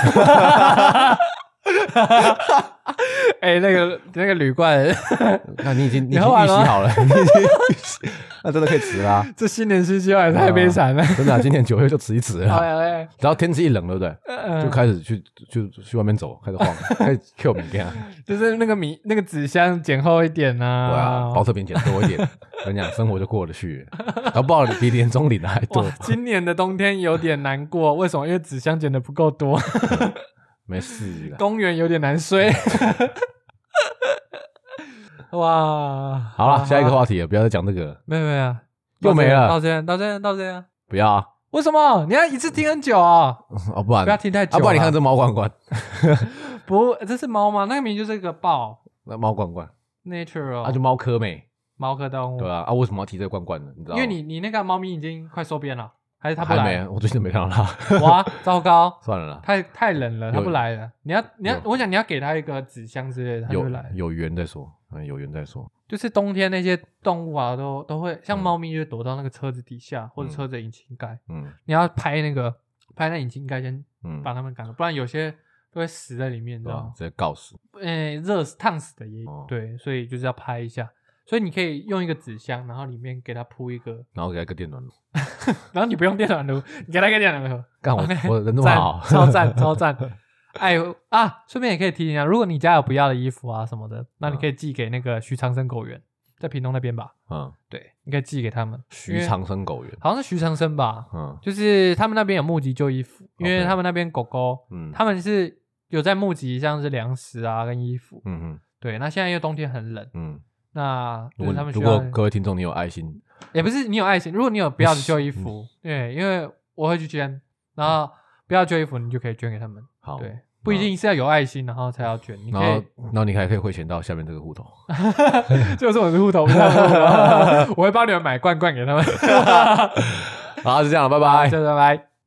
[SPEAKER 1] 哎、那个那个铝罐，
[SPEAKER 2] 那你已经你已
[SPEAKER 1] 你啊
[SPEAKER 2] 经
[SPEAKER 1] 喝完
[SPEAKER 2] 预习
[SPEAKER 1] 了吗
[SPEAKER 2] 好了，你已经预习，那真的可以辞啦，
[SPEAKER 1] 这新年新希望也太悲惨了。
[SPEAKER 2] 真的啊，今年九月就辞一辞
[SPEAKER 1] 哎
[SPEAKER 2] 了，
[SPEAKER 1] 哎
[SPEAKER 2] 只要天气一冷，对不对？
[SPEAKER 1] 哎，
[SPEAKER 2] 啊就
[SPEAKER 1] 就
[SPEAKER 2] 开始去就就去外面走，开 始晃，开始 Q 饼干，
[SPEAKER 1] 就是那个米那个纸箱剪厚一点哦
[SPEAKER 2] 对
[SPEAKER 1] 呐、
[SPEAKER 2] 啊，保特瓶钱多 一点，我跟你讲，生活就过得去，搞不好比年终领的还多
[SPEAKER 1] 哇，，今年的冬天有点难过，为什么？因为纸箱剪的不够多，
[SPEAKER 2] 没事的。
[SPEAKER 1] 公园有点难睡。 哇，
[SPEAKER 2] 好了，下一个话题了，不要再讲这个了，
[SPEAKER 1] 没有没有没啊有，
[SPEAKER 2] 又没了
[SPEAKER 1] 到这样，到这样，到这样。
[SPEAKER 2] 不要 啊，
[SPEAKER 1] 为什么你要一次听很久啊、
[SPEAKER 2] 哦，不然
[SPEAKER 1] 不要听太久、
[SPEAKER 2] 啊，不然你看，这猫罐罐，
[SPEAKER 1] 不，这是猫吗？那个名就是个豹
[SPEAKER 2] 那猫罐罐，
[SPEAKER 1] ，natural，、
[SPEAKER 2] 啊，就猫科妹，
[SPEAKER 1] 猫科动物。
[SPEAKER 2] 对啊，啊，为什么要提这个罐罐呢？你知道
[SPEAKER 1] 哦因
[SPEAKER 2] 吗？
[SPEAKER 1] 为你你那个猫咪已经快收编了，还是它不
[SPEAKER 2] 还
[SPEAKER 1] 来？
[SPEAKER 2] 没，我最近没看到它，
[SPEAKER 1] 哇，糟糕，
[SPEAKER 2] 算了啦，
[SPEAKER 1] 太太冷了，
[SPEAKER 2] 有
[SPEAKER 1] 它不来了。你要你要
[SPEAKER 2] 有，
[SPEAKER 1] 我想你要给它一个纸箱之类的，它就
[SPEAKER 2] 有
[SPEAKER 1] 会来。
[SPEAKER 2] 有缘再说，嗯，有缘再说，
[SPEAKER 1] 就是冬天那些动物啊，都都会像
[SPEAKER 2] 嗯
[SPEAKER 1] 猫咪就躲到那个车子底下或者车子引擎盖，
[SPEAKER 2] 嗯
[SPEAKER 1] 你要拍那个拍那引擎盖先
[SPEAKER 2] 嗯，
[SPEAKER 1] 把它们赶走，不然有些都会死在里面，你知
[SPEAKER 2] 对
[SPEAKER 1] 道
[SPEAKER 2] 啊
[SPEAKER 1] 吗？
[SPEAKER 2] 直接告死，
[SPEAKER 1] 呃，热死烫死的也有
[SPEAKER 2] 哦
[SPEAKER 1] 对，所以就是要拍一下。所以你可以用一个纸箱，然后里面给它铺一个，
[SPEAKER 2] 然后给它一个电暖炉，
[SPEAKER 1] 然后你不用电暖炉，你给它一个电暖炉，
[SPEAKER 2] 干我
[SPEAKER 1] OK，
[SPEAKER 2] 我人这么
[SPEAKER 1] 啊赞，
[SPEAKER 2] 好
[SPEAKER 1] 超赞超赞。哎啊，顺便也可以提醒一下，如果你家有不要的衣服啊什么的，那你可以寄给那个徐长生狗园，在屏东那边吧？
[SPEAKER 2] 嗯，
[SPEAKER 1] 对，你可以寄给他们。因
[SPEAKER 2] 徐
[SPEAKER 1] 为
[SPEAKER 2] 长生狗园，
[SPEAKER 1] 好像是徐长生吧，
[SPEAKER 2] 嗯
[SPEAKER 1] 就是他们那边有募集旧衣服，因为
[SPEAKER 2] OK
[SPEAKER 1] 他们那边狗狗，
[SPEAKER 2] 嗯，
[SPEAKER 1] 他们是有在募集像是粮食啊跟衣服，
[SPEAKER 2] 嗯哼，
[SPEAKER 1] 对。那现在因为冬天很冷，
[SPEAKER 2] 嗯，
[SPEAKER 1] 那就是
[SPEAKER 2] 如果
[SPEAKER 1] 他们需
[SPEAKER 2] 如
[SPEAKER 1] 要
[SPEAKER 2] 果各位听众你有爱心，
[SPEAKER 1] 也不是你有爱心，如果你有不要的旧衣服，
[SPEAKER 2] 嗯
[SPEAKER 1] 对，因为我会去捐，然后不要旧衣服你就可以捐给他们，
[SPEAKER 2] 好，
[SPEAKER 1] 对，不一定是要有爱心然后才要捐，你
[SPEAKER 2] 哦然
[SPEAKER 1] 可
[SPEAKER 2] 后
[SPEAKER 1] 以，
[SPEAKER 2] 然后你还可以汇钱到下面这个户头，
[SPEAKER 1] 就是我的户头，不是他们 的 户头我会帮你们买罐罐给他们，
[SPEAKER 2] 好，就这样，拜拜
[SPEAKER 1] 就。拜拜。